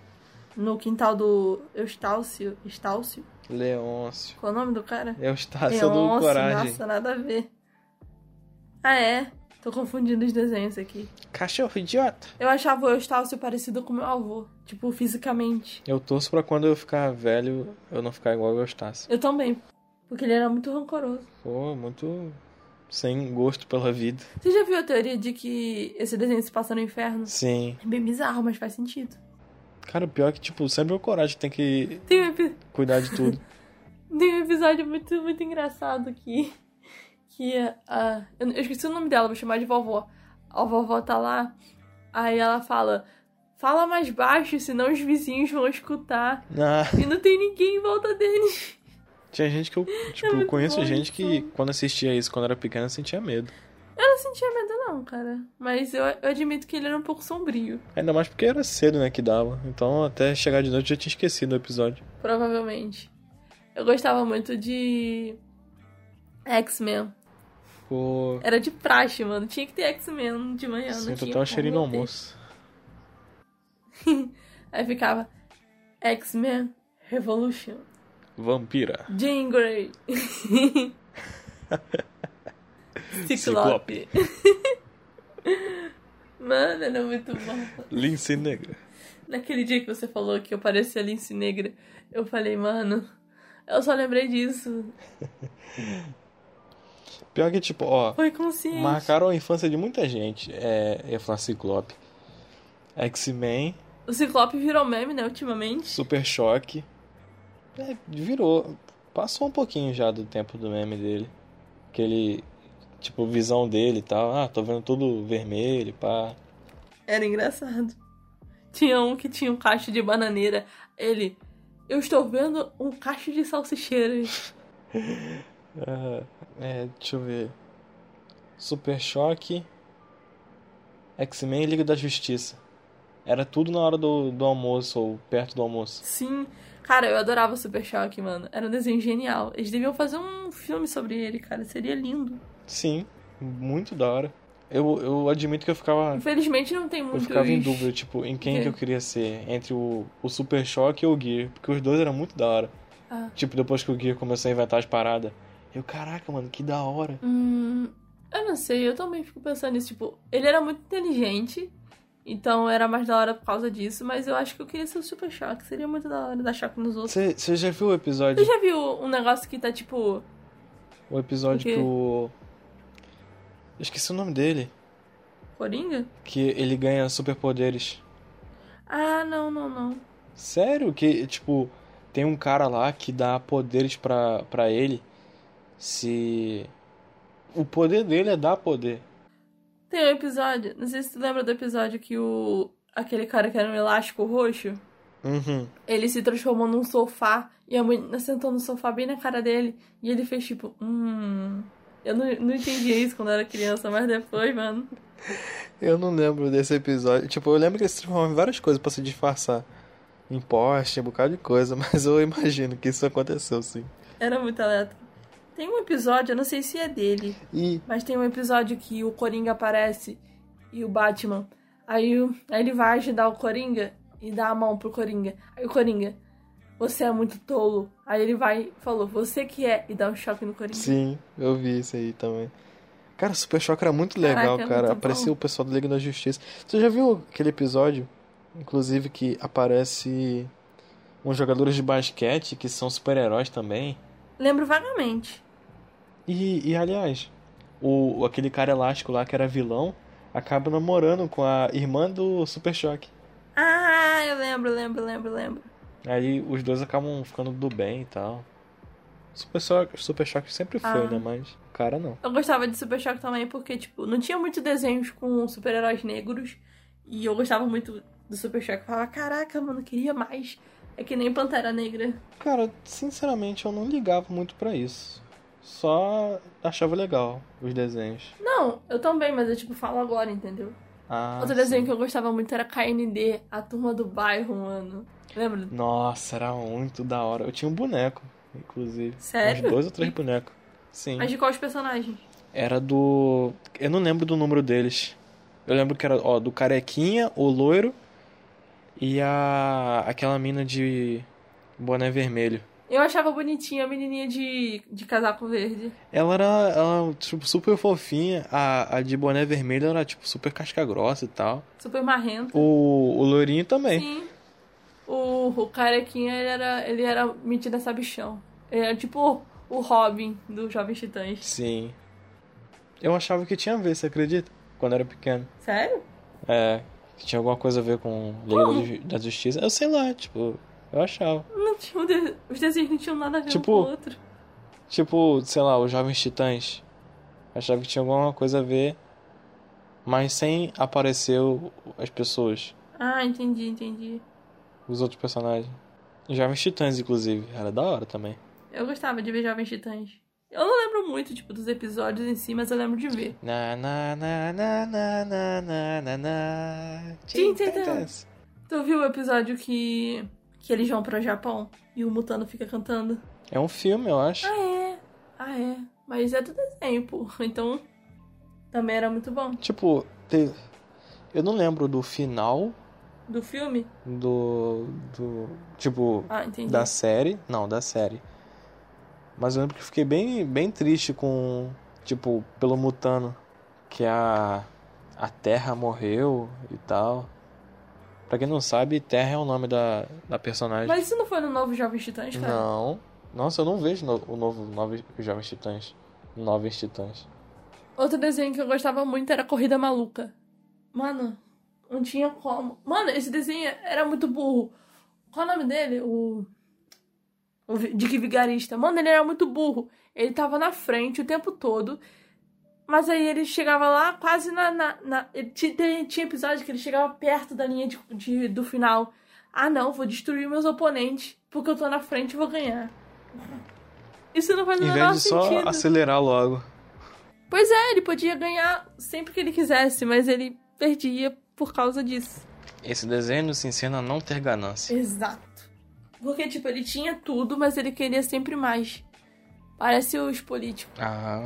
No quintal do Eustácio. Eustácio? Leôncio. Qual é o nome do cara? É o Estácio do Leôncio, Coragem. Nossa, nada a ver. Ah, é. Tô confundindo os desenhos aqui. Cachorro idiota. Eu achava o Eustácio parecido com meu avô. Tipo, fisicamente. Eu torço pra quando eu ficar velho, eu não ficar igual ao Eustácio. Eu também. Porque ele era muito rancoroso. Pô, muito sem gosto pela vida. Você já viu a teoria de que esse desenho se passa no inferno? Sim. É bem bizarro, mas faz sentido. Cara, o pior é que, tipo, sempre é o Coragem que tem que Tem um, epi- cuidar de (laughs) tudo. tem um episódio muito, muito engraçado que. Que a. eu eu esqueci o nome dela, vou chamar de vovó. A vovó tá lá, aí ela fala. Fala mais baixo, senão os vizinhos vão escutar. ah, E não tem ninguém em volta dele. (laughs) tinha gente que eu, tipo, eu É muito conheço bom gente que isso. quando assistia isso quando era pequena sentia medo. Eu não sentia medo, não, cara. Mas eu, eu admito que ele era um pouco sombrio. Ainda mais porque era cedo, né, que dava. Então até chegar de noite eu já tinha esquecido o episódio. Provavelmente. Eu gostava muito de X-Men. Pô, Era de praxe, mano. Tinha que ter X-Men de manhã. não Sinto tinha até um como cheirinho no não ter. almoço. Aí ficava X-Men Revolution. Vampira. Jean (laughs) Grey. Ciclope. (laughs) mano, era muito bom. Lince negra. Naquele dia que você falou que eu parecia Lince Negra, eu falei, mano, eu só lembrei disso. Pior que, tipo, ó, Foi consciente. marcaram a infância de muita gente. É, eu ia falar Ciclope. X-Men, O Ciclope virou meme, né, ultimamente. Super Choque. É, virou. Passou um pouquinho já do tempo do meme dele. Aquele, tipo, visão dele e tal. Ah, tô vendo tudo vermelho, pá. Era engraçado. Tinha um que tinha um cacho de bananeira. Ele, eu estou vendo um cacho de salsicheiras. Ah, é, deixa eu ver. Super Choque, X-Men e Liga da Justiça. Era tudo na hora do, do almoço ou perto do almoço. Sim, cara, eu adorava Super Choque, mano. Era um desenho genial. Eles deviam fazer um filme sobre ele, cara. Seria lindo. Sim, muito da hora. Eu, eu admito que eu ficava, Infelizmente não tem eu muitos. ficava em dúvida, tipo, em quem É. que eu queria ser, entre o, o Super Choque e o Gear, porque os dois eram muito da hora. Ah. Tipo, depois que o Gear começou a inventar as paradas, eu, caraca, mano, que da hora. Hum, eu não sei, eu também fico pensando nisso. Tipo, ele era muito inteligente, então era mais da hora por causa disso, mas eu acho que eu queria ser o Super Choque. Seria muito da hora dar choque nos outros. Você você já viu o Você episódio já viu um negócio que tá tipo. O episódio O quê? que o. Eu esqueci o nome dele. Coringa? Que ele ganha superpoderes. Ah, não, não, não. Sério? Que, tipo, tem um cara lá que dá poderes pra, pra ele. Se. O poder dele é dar poder. Tem um episódio, não sei se tu lembra do episódio que o. aquele cara que era um elástico roxo. Uhum. Ele se transformou num sofá e a menina sentou no sofá bem na cara dele. E ele fez tipo, hum. Eu não, não entendia isso quando eu era criança, mas depois, mano. Eu não lembro desse episódio. Tipo, eu lembro que ele se transformava em várias coisas pra se disfarçar. Em poste, um bocado de coisa. (laughs) Mas eu imagino que isso aconteceu, sim. Era muito aleatório. Tem um episódio, eu não sei se é dele, E. mas tem um episódio que o Coringa aparece e o Batman. Aí, o- aí ele vai ajudar o Coringa e dá a mão pro Coringa. Aí o Coringa, você é muito tolo. Aí ele vai e falou, você que é, e dá um choque no Coringa. Sim, eu vi isso aí também. Cara, Super Choque era muito legal, Caraca, é cara. muito bom. Apareceu o pessoal da Liga da Justiça. Você já viu aquele episódio, inclusive, que aparece uns jogadores de basquete que são super-heróis também? Lembro vagamente. E, e, aliás, o, aquele cara elástico lá que era vilão acaba namorando com a irmã do Super Choque. Ah, eu lembro, lembro, lembro, lembro. Aí os dois acabam ficando do bem e tal. Super Choque, Super Choque sempre foi, Ah. né? Mas o cara não. Eu gostava de Super Choque também porque, tipo, não tinha muitos desenhos com super-heróis negros. E eu gostava muito do Super Choque. Eu falava, caraca, mano, queria mais. É que nem Pantera Negra. Cara, sinceramente eu não ligava muito pra isso. Só achava legal os desenhos. Não, eu também, mas eu, tipo, falo agora, entendeu? Ah, Outro desenho que eu gostava muito era KND, A Turma do Bairro, mano. Lembra? Nossa, era muito da hora. Eu tinha um boneco, inclusive. Sério? Uns dois ou três bonecos. Sim. Mas de quais personagens? Era do. Eu não lembro do número deles. Eu lembro que era, ó, do Carequinha, o Loiro e a. aquela mina de boné vermelho. Eu achava bonitinha a menininha de, de casaco verde. Ela era, ela, tipo, super fofinha. A, a de boné vermelho era, tipo, super casca grossa e tal. Super marrento. O, o Loirinho também. Sim. O, o carequinha, ele era, ele era metido a sabichão. Ele era tipo o Robin do Jovens Titãs. Sim. Eu achava que tinha a ver, você acredita? Quando era pequeno. Sério? É, que tinha alguma coisa a ver com Liga da Ju- da Justiça. Eu sei lá, tipo, eu achava. Não tinha, um de- os desenhos não tinham nada a ver Tipo- um com o outro. Tipo, sei lá, os Jovens Titãs. Achava que tinha alguma coisa a ver, mas sem aparecer o- as pessoas, Ah, entendi, entendi. os outros personagens. Os Jovens Titãs, inclusive, era da hora também. Eu gostava de ver Jovens Titãs. Eu não lembro muito, tipo, dos episódios em si, mas eu lembro de ver. Na na na na na na na na na. Teen Titans. Tu viu o episódio que, que eles vão pro Japão e o Mutano fica cantando? É um filme, eu acho. Ah, é. Ah, é. Mas é do desenho, pô. (laughs) Então, também era muito bom. Tipo, te- eu não lembro do final Do filme? do. do tipo, Ah, entendi. da série. Não, da série. Mas eu lembro que eu fiquei bem, bem triste com. Tipo, pelo Mutano. Que a. A Terra morreu e tal. Pra quem não sabe, Terra é o nome da, da personagem. Mas isso não foi no novo Jovens Titãs, cara? Não. Nossa, eu não vejo no- o novo Nove Jovens Titãs. Novos Titãs. Outro desenho que eu gostava muito era Corrida Maluca. Mano, não tinha como. Mano, esse desenho era muito burro. Qual é o nome dele? O. O Vi- Dick Vigarista. Mano, ele era muito burro. Ele tava na frente o tempo todo. Mas aí ele chegava lá quase na. na, na ele ti- tem- tinha episódio que ele chegava perto da linha de, de- do final. Ah não, vou destruir meus oponentes, porque eu tô na frente e vou ganhar. Isso não faz o Em menor vez de só sentido. acelerar logo. Pois é, ele podia ganhar sempre que ele quisesse, mas ele perdia por causa disso. Esse desenho nos ensina a não ter ganância. Exato. Porque, tipo, ele tinha tudo, mas ele queria sempre mais. Parece os políticos. Ah.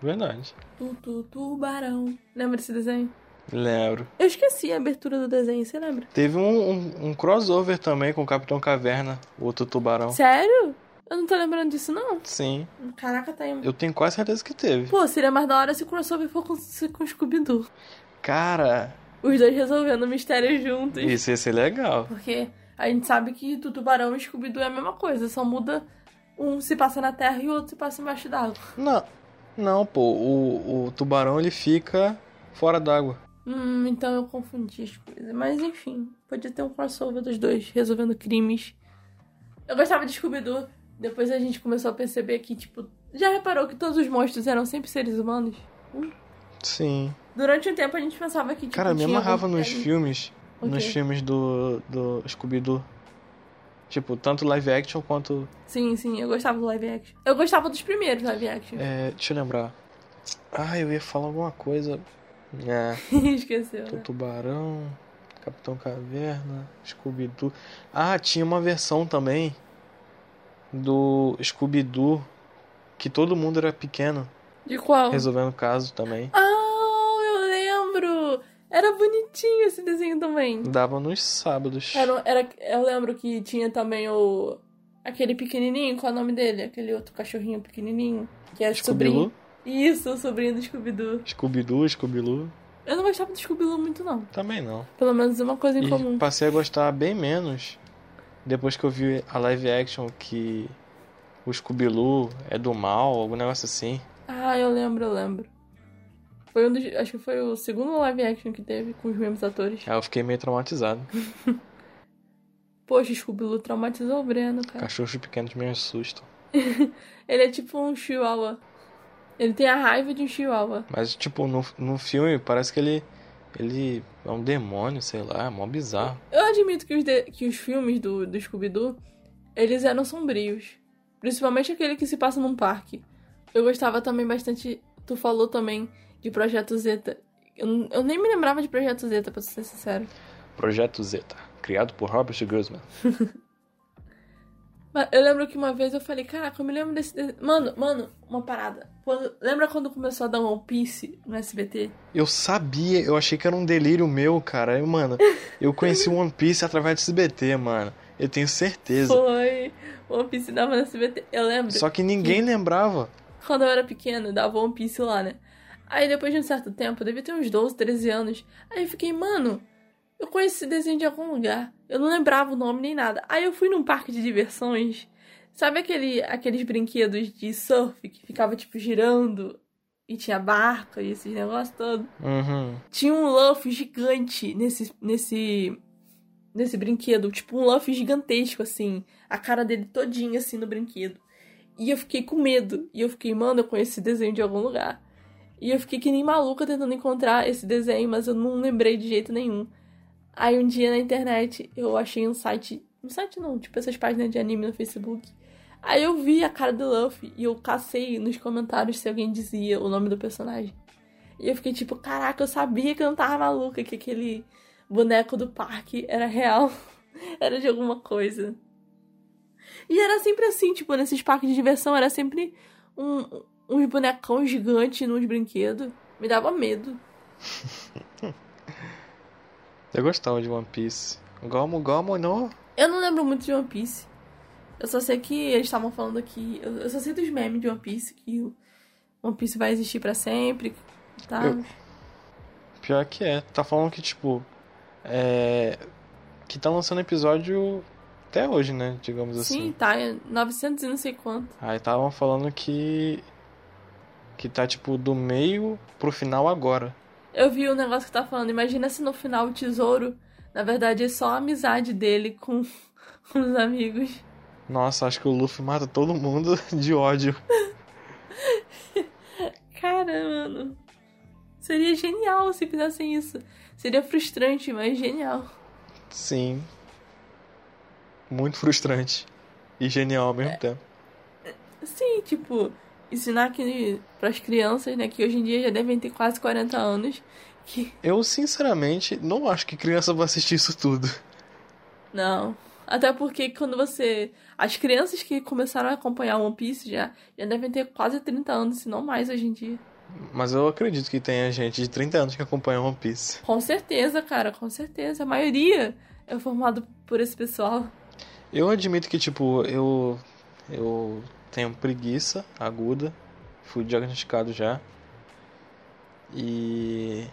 Verdade. Tu, tu, tubarão. Lembra desse desenho? Lembro. Eu esqueci a abertura do desenho, você lembra? Teve um, um, um crossover também com o Capitão Caverna, o outro tubarão. Sério? Eu não tô lembrando disso, não. Sim. Caraca, tá aí. Eu tenho quase certeza que teve. Pô, seria mais da hora se o crossover for com, se- com o Scooby-Doo. Cara, Os dois resolvendo o mistério juntos. isso ia ser legal. Porque a gente sabe que do Tubarão e Scooby-Doo é a mesma coisa, só muda um se passa na terra e o outro se passa embaixo d'água. Não, não, pô. O, o tubarão ele fica fora d'água. Hum, então eu confundi as coisas. Mas enfim, podia ter um crossover dos dois resolvendo crimes. Eu gostava de Scooby-Doo. Depois a gente começou a perceber que, tipo, já reparou que todos os monstros eram sempre seres humanos? Sim. Durante um tempo a gente pensava que, tipo, Cara, eu me tinha amarrava algum- nos filmes. O Nos quê? filmes do, do Scooby-Doo. Tipo, tanto live action quanto. Sim, sim, eu gostava do live action. Eu gostava dos primeiros live action. é, deixa eu lembrar. Ah, eu ia falar alguma coisa. É. (laughs) Esqueceu, Tem o né? Tubarão, Capitão Caverna, Scooby-Doo. Ah, tinha uma versão também do Scooby-Doo que todo mundo era pequeno, De qual? resolvendo caso também. Ah, eu lembro! Era bonitinho esse desenho também. Dava nos sábados. Ah. Era, um, era, eu lembro que tinha também o. Aquele pequenininho, qual é o nome dele? Aquele outro cachorrinho pequenininho. Que é sobrinho. Scooby-Doo, Isso, o sobrinho do Scooby-Doo. Scooby-Doo, Scooby-Loo. Eu não gostava do Scooby-Doo muito, não. Também não. Pelo menos é uma coisa em comum. E passei a gostar bem menos depois que eu vi a live action que o Scooby-Loo é do mal, algum negócio assim. Ah, eu lembro, eu lembro. Foi um dos. Acho que foi o segundo live action que teve com os mesmos atores. Aí eu fiquei meio traumatizado. Poxa, Scooby-Doo traumatizou o Breno, cara. Cachorros pequenos me assustam. Ele é tipo um chihuahua. Ele tem a raiva de um chihuahua. Mas, tipo, no, no filme parece que ele. Ele é um demônio, sei lá, é mó bizarro. Eu admito que os, de- que os filmes do, do Scooby-Doo, eles eram sombrios. Principalmente aquele que se passa num parque. Eu gostava também bastante... Tu falou também de Projeto Zeta. Eu, n- eu nem me lembrava de Projeto Zeta, pra ser sincero. Projeto Zeta, criado por Robert Guzman. Mas eu lembro que uma vez eu falei, caraca, eu me lembro desse... de- Mano, mano, uma parada. Quando- lembra quando começou a dar One Piece no SBT? Eu sabia, eu achei que era um delírio meu, cara. Eu, mano, eu conheci o One Piece através do SBT, mano. Eu tenho certeza. Foi. One Piece dava no SBT. Eu lembro. Só que ninguém lembrava. (laughs) Quando eu era pequena, dava One Piece lá, né? Aí depois de um certo tempo, eu devia ter uns 12, 13 anos. Aí eu fiquei, mano, eu conheci esse desenho de algum lugar. Eu não lembrava o nome nem nada. Aí eu fui num parque de diversões. Sabe aquele, aqueles brinquedos de surf que ficava tipo girando e tinha barca e esses negócios todos? Uhum. Tinha um Luffy gigante nesse. nesse. nesse brinquedo. Tipo, um Luffy gigantesco, assim. A cara dele todinha, assim, no brinquedo. E eu fiquei com medo. E eu fiquei, mano, eu conheço esse desenho de algum lugar. E eu fiquei que nem maluca tentando encontrar esse desenho, mas eu não lembrei de jeito nenhum. Aí um dia na internet eu achei um site. Um site não, tipo essas páginas de anime no Facebook. Aí eu vi a cara do Luffy e eu cacei nos comentários se alguém dizia o nome do personagem. E eu fiquei tipo, caraca, eu sabia que eu não tava maluca, que aquele boneco do parque era real, (laughs) era de alguma coisa. E era sempre assim, tipo, nesses parques de diversão, era sempre um, uns bonecão gigante nos brinquedos. Me dava medo. Eu gostava de One Piece. Gomo, Gomo, no. Eu não lembro muito de One Piece. Eu só sei que eles estavam falando que. Eu, eu só sei dos memes de One Piece, que o One Piece vai existir pra sempre. Tá? Eu- Pior que é. Tá falando que, tipo. É. Que tá lançando episódio até hoje, né? Digamos assim. Sim, tá. é 900 e não sei quanto. Aí estavam falando que. Que tá tipo do meio pro final agora. Eu vi o negócio que tá falando. Imagina se no final o tesouro, na verdade, é só a amizade dele com, (laughs) com os amigos. (laughs) Nossa, acho que o Luffy mata todo mundo de ódio. Cara, mano. Seria genial se fizessem isso. Seria frustrante, mas genial. Sim. Muito frustrante. E genial ao mesmo tempo. Sim, tipo, ensinar que pras crianças, né, que hoje em dia já devem ter quase 40 anos, que Eu, sinceramente, não acho que criança vai assistir isso tudo. não. Até porque quando você, as crianças que começaram a acompanhar One Piece já já devem ter quase 30 anos, se não mais hoje em dia. Mas eu acredito que tenha gente de 30 anos que acompanha One Piece. Com certeza, cara, com certeza. A maioria é formado por esse pessoal. Eu admito que, tipo, eu. Eu tenho preguiça aguda. Fui diagnosticado já. E.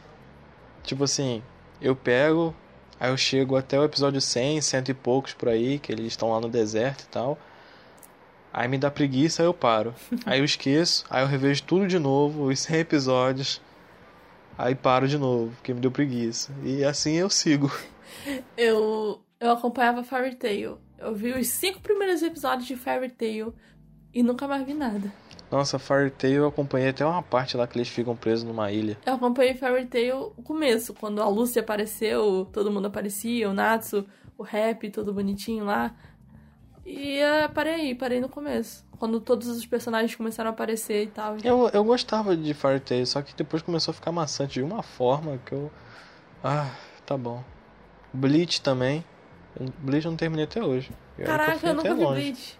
Tipo assim, eu pego. Aí eu chego até o episódio 100, cento e poucos por aí, que eles estão lá no deserto e tal. Aí me dá preguiça, aí eu paro. Aí eu esqueço, aí eu revejo tudo de novo, os 100 episódios. Aí paro de novo, porque me deu preguiça. E assim eu sigo. Eu, eu acompanhava Fairy Tail. Eu vi os cinco primeiros episódios de Fairy Tail e nunca mais vi nada. Nossa, Fairy Tail eu acompanhei até uma parte lá que eles ficam presos numa ilha. Eu acompanhei Fairy Tail o começo, quando a Lucy apareceu, todo mundo aparecia, o Natsu, o Rap, todo bonitinho lá. E eh, parei aí, parei no começo. Quando todos os personagens começaram a aparecer e tal. Eu, eu gostava de Fairy Tail, só que depois começou a ficar maçante de uma forma que eu. Ah, tá bom. Bleach também. Eu- Bleach eu não terminei até hoje. Eu era pra Caraca, frente eu nunca até vi longe. Bleach.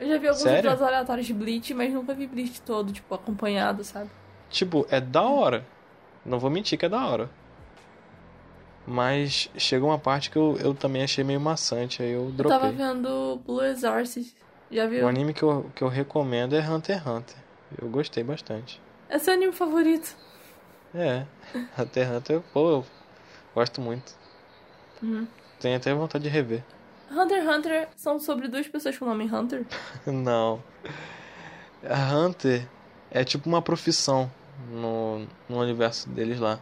Eu já vi alguns Sério? episódios aleatórios de Bleach, mas nunca vi Bleach todo, tipo, acompanhado, sabe? Tipo, é da hora. Não vou mentir que é da hora. Mas chegou uma parte que eu, eu também achei meio maçante, aí eu Eu tava dropei. vendo Blue Exorcist. Já viu? Um anime que eu, que eu recomendo é Hunter x Hunter. Eu gostei bastante. É seu anime favorito. É, Hunter x Hunter, pô, eu gosto muito. Uhum. Tenho até vontade de rever. (laughs) Hunter x Hunter são sobre duas pessoas com o nome Hunter. Não. A Hunter é tipo uma profissão no, no universo deles lá.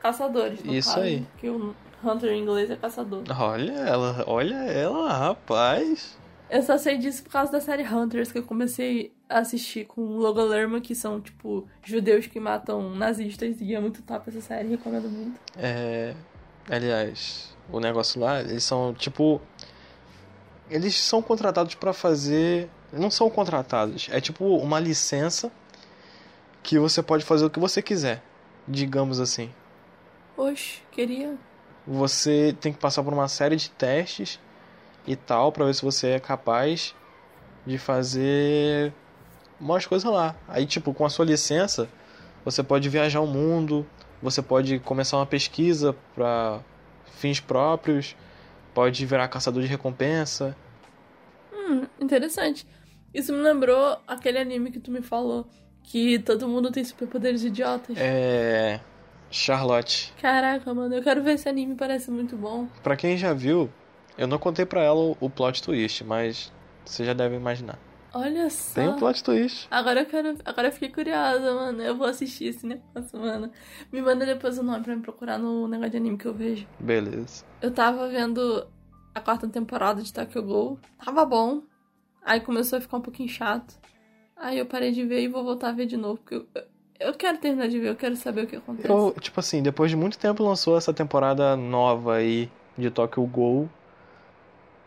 Caçadores, no Isso caso, aí. Que o Hunter em inglês é caçador. Olha ela, olha ela, rapaz. Eu só sei disso por causa da série Hunters, que eu comecei a assistir com o Logan Lerman, que são, tipo, judeus que matam nazistas. E é muito top essa série, recomendo muito. É, aliás, o negócio lá, eles são tipo. Eles são contratados pra fazer. Não são contratados, é tipo uma licença que você pode fazer o que você quiser, digamos assim. Oxe, queria. você tem que passar por uma série de testes e tal pra ver se você é capaz de fazer umas coisas lá. Aí, tipo, com a sua licença, você pode viajar o mundo, você pode começar uma pesquisa pra fins próprios, pode virar caçador de recompensa. Hum, interessante. Isso me lembrou aquele anime que tu me falou, que todo mundo tem superpoderes idiotas. É. Charlotte. Caraca, mano, eu quero ver esse anime, parece muito bom. Pra quem já viu, eu não contei pra ela o- o plot twist, mas você já deve imaginar. Olha só. Tem um plot twist. Agora eu quero. Agora eu fiquei curiosa, mano. Eu vou assistir esse negócio, mano. Me manda depois o nome pra me procurar no negócio de anime que eu vejo. Beleza. Eu tava vendo a quarta temporada de Tokyo Ghoul. Tava bom. Aí começou a ficar um pouquinho chato. Aí eu parei de ver e vou voltar a ver de novo. Porque eu, eu quero terminar de ver, eu quero saber o que acontece. Eu, tipo assim, depois de muito tempo lançou essa temporada nova aí de Tokyo Ghoul.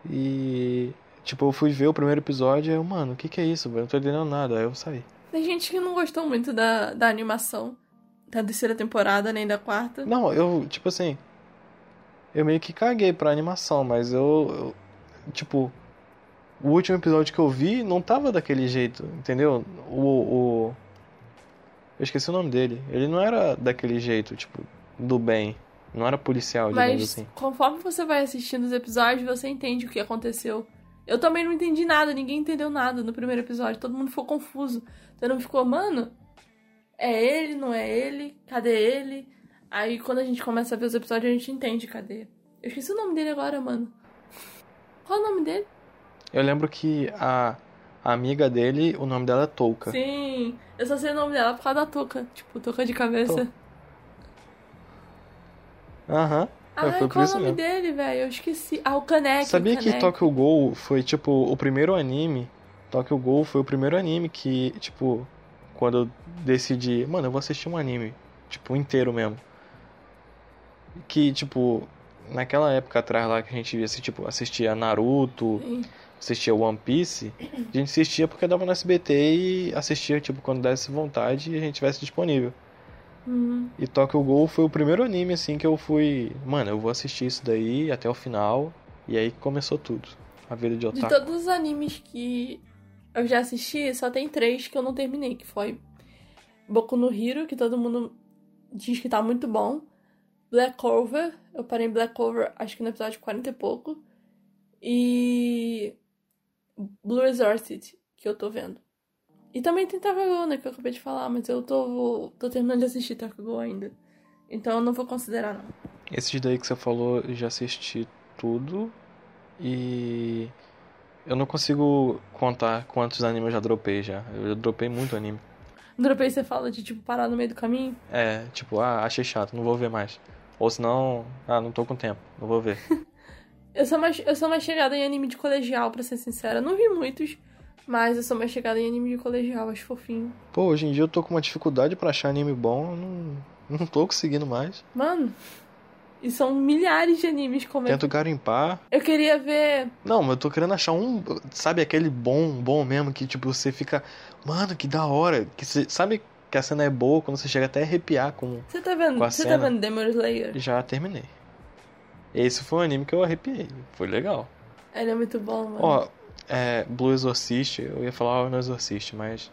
E tipo, eu fui ver o primeiro episódio e eu, mano, o que que é isso? velho? Eu não tô entendendo nada. Aí eu saí. Tem gente que não gostou muito da, da animação. Da terceira temporada, nem da quarta. Não, eu, tipo assim, eu meio que caguei pra animação, mas eu, eu- tipo, o último episódio que eu vi não tava daquele jeito, entendeu? O, o eu esqueci o nome dele. Ele não era daquele jeito, tipo, do bem. Não era policial, digamos Mas assim. conforme você vai assistindo os episódios, você entende o que aconteceu. Eu também não entendi nada, ninguém entendeu nada no primeiro episódio, todo mundo ficou confuso. Todo mundo ficou, mano, é ele, não é ele, cadê ele? Aí quando a gente começa a ver os episódios, a gente entende cadê. Eu esqueci o nome dele agora, mano. Qual é o nome dele? Eu lembro que a a amiga dele, o nome dela é Touka. Sim, eu só sei o nome dela por causa da touca, tipo, touca de cabeça. Aham. Ai, foi por qual é o isso nome mesmo. dele, velho? Eu esqueci. Ah, o Kanek. Sabia o que Kanek. Tokyo Ghoul foi tipo o primeiro anime? Tokyo Ghoul foi o primeiro anime que, tipo, quando eu decidi, mano, eu vou assistir um anime, tipo, inteiro mesmo. Que, tipo, naquela época atrás lá que a gente assim, tipo, assistia Naruto, Sim. assistia One Piece, a gente assistia porque dava no SBT e assistia, tipo, quando desse vontade e a gente tivesse disponível. Uhum. E Tokyo Ghoul foi o primeiro anime, assim, que eu fui, mano, eu vou assistir isso daí até o final. E aí que começou tudo, a vida de De otaku. todos os animes que eu já assisti, só tem três que eu não terminei, que foi Boku no Hero, que todo mundo diz que tá muito bom. Black Clover, eu parei em Black Clover acho que no episódio 40 e pouco. E Blue Exorcist, que eu tô vendo. E também tem Takagou, né, que eu acabei de falar, mas eu tô, tô terminando de assistir Takagou ainda. Então eu não vou considerar, não. Esses daí que você falou, eu já assisti tudo. E eu não consigo contar quantos animes eu já dropei já. Eu já dropei muito anime. Dropei você fala de, tipo, parar no meio do caminho. É, tipo, ah, achei chato, não vou ver mais. Ou senão, ah, não tô com tempo, não vou ver. Eu sou mais, eu sou mais chegada em anime de colegial, pra ser sincera. Não vi muitos, mas eu sou mais chegada em anime de colegial, acho fofinho. Pô, hoje em dia eu tô com uma dificuldade pra achar anime bom, eu não, não tô conseguindo mais. Mano, e são milhares de animes como é. que- Tento garimpar. Eu queria ver. Não, mas eu tô querendo achar um, sabe, aquele bom, bom mesmo, que tipo, você fica, mano, que da hora. Que você, sabe que a cena é boa quando você chega até a arrepiar com. Você tá vendo? Com a Você tá cena. vendo Demon Slayer? Já terminei. Esse foi um anime que eu arrepiei. Foi legal. Ele é muito bom, mano. Ó, é, Blue Exorcist, eu ia falar no Exorcist, mas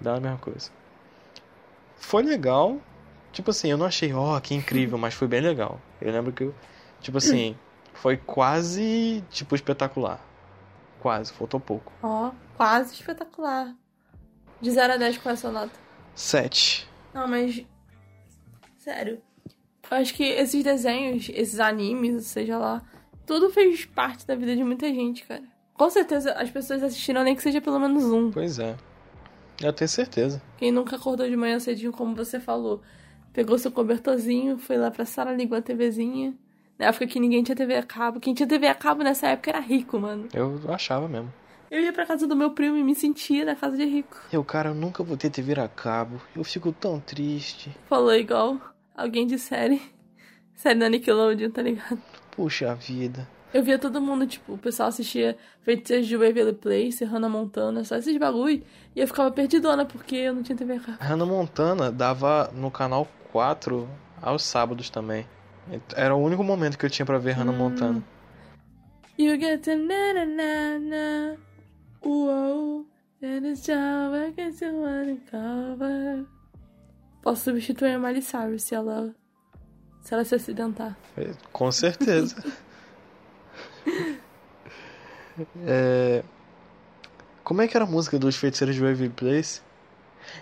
dá a mesma coisa. Foi legal. Tipo assim, eu não achei, ó, que incrível, mas foi bem legal. Eu lembro que, eu, tipo assim, foi quase, tipo, espetacular. Quase, faltou pouco. Ó, quase espetacular. De 0 a 10 com essa nota. Sete. Não, mas. Sério. Eu acho que esses desenhos, esses animes, seja lá, tudo fez parte da vida de muita gente, cara. Com certeza as pessoas assistiram nem que seja pelo menos um. Pois é. Eu tenho certeza. Quem nunca acordou de manhã cedinho, como você falou, pegou seu cobertorzinho, foi lá pra sala, ligou a TVzinha. Na época que ninguém tinha TV a cabo. Quem tinha TV a cabo nessa época era rico, mano. Eu achava mesmo. Eu ia pra casa do meu primo e me sentia na casa de rico. Eu, cara, eu nunca vou ter TV a cabo. Eu fico tão triste. Falou igual alguém de série. (laughs) Série da Nickelodeon, tá ligado? Puxa vida. Eu via todo mundo, tipo, o pessoal assistia Feiticeiros de Waverly Place, Hannah Montana, só esses bagulho. E eu ficava perdidona porque eu não tinha TV a cabo. Hannah Montana dava no canal 4 aos sábados também. Era o único momento que eu tinha pra ver Hannah Montana. You get to na na na na. Uou. And it's all I get to wanna cover. Posso substituir a Miley Cyrus se ela. Se ela se acidentar. É, Com certeza. É, Como é que era a música dos feiticeiros de Waverly Place?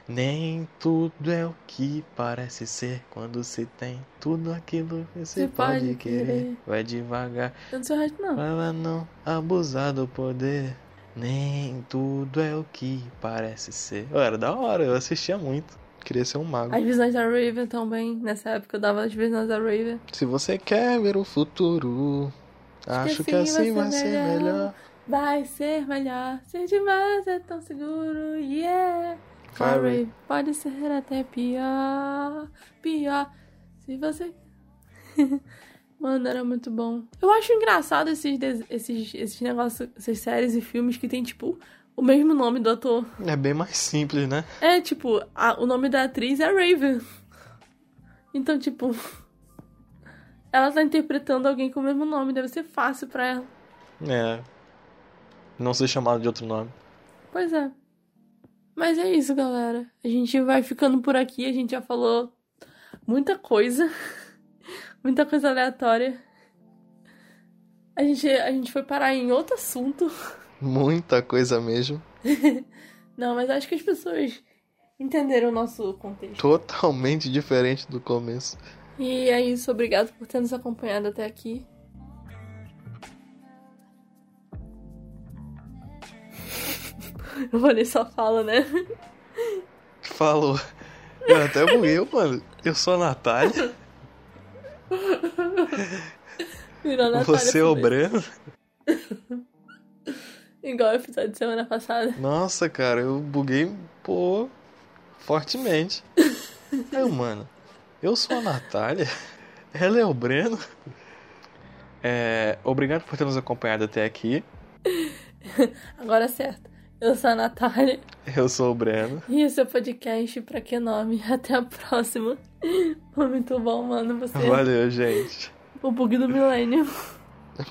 Nem tudo é o que parece ser quando se tem tudo aquilo que se Você pode pode, querer. querer. Vai devagar Eu não sei o resto, não. para não abusar do poder. Nem tudo é o que parece ser. Ué, era da hora, eu assistia muito. Queria ser um mago. As visões da Raven também. Nessa época eu dava as visões da Raven. Se você quer ver o futuro, acho que assim vai ser melhor. Vai ser melhor. Ser demais é tão seguro. Yeah. Vai, Raven, Pode ser até pior. Pior. Se você. (laughs) Mano, era muito bom. Eu acho engraçado esses, des- esses, esses negócios, essas séries e filmes que tem, tipo, o mesmo nome do ator. É bem mais simples, né? É, tipo, a- o nome da atriz é Raven. Então, tipo. (laughs) Ela tá interpretando alguém com o mesmo nome, deve ser fácil pra ela. É. Não ser chamado de outro nome. Pois é. Mas é isso, galera. A gente vai ficando por aqui. A gente já falou muita coisa. (laughs) muita coisa aleatória. A gente, a gente foi parar em outro assunto. Muita coisa mesmo. Não, mas acho que as pessoas entenderam o nosso contexto. Totalmente diferente do começo. E é isso. Obrigado por ter nos acompanhado até aqui. (laughs) Eu falei só fala, né? Falou. Eu até buguei, mano. Eu sou a Natália. Virou assim Natália você é o Fernandes. Breno. Igual o episódio de semana passada. Nossa, cara, eu buguei. Pô. Fortemente. Aí, eu, mano, eu sou a Natália, (laughs) ela é o Breno. É, obrigado por ter nos acompanhado até aqui. Agora é certo. Eu sou a Natália Eu sou o Breno. e esse é o podcast Pra Que Nome. (laughs) Até a próxima. Foi muito bom, mano. Você Valeu, gente. o bug do milênio.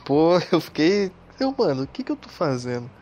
Pô, eu fiquei. Eu, mano, o que que eu tô fazendo?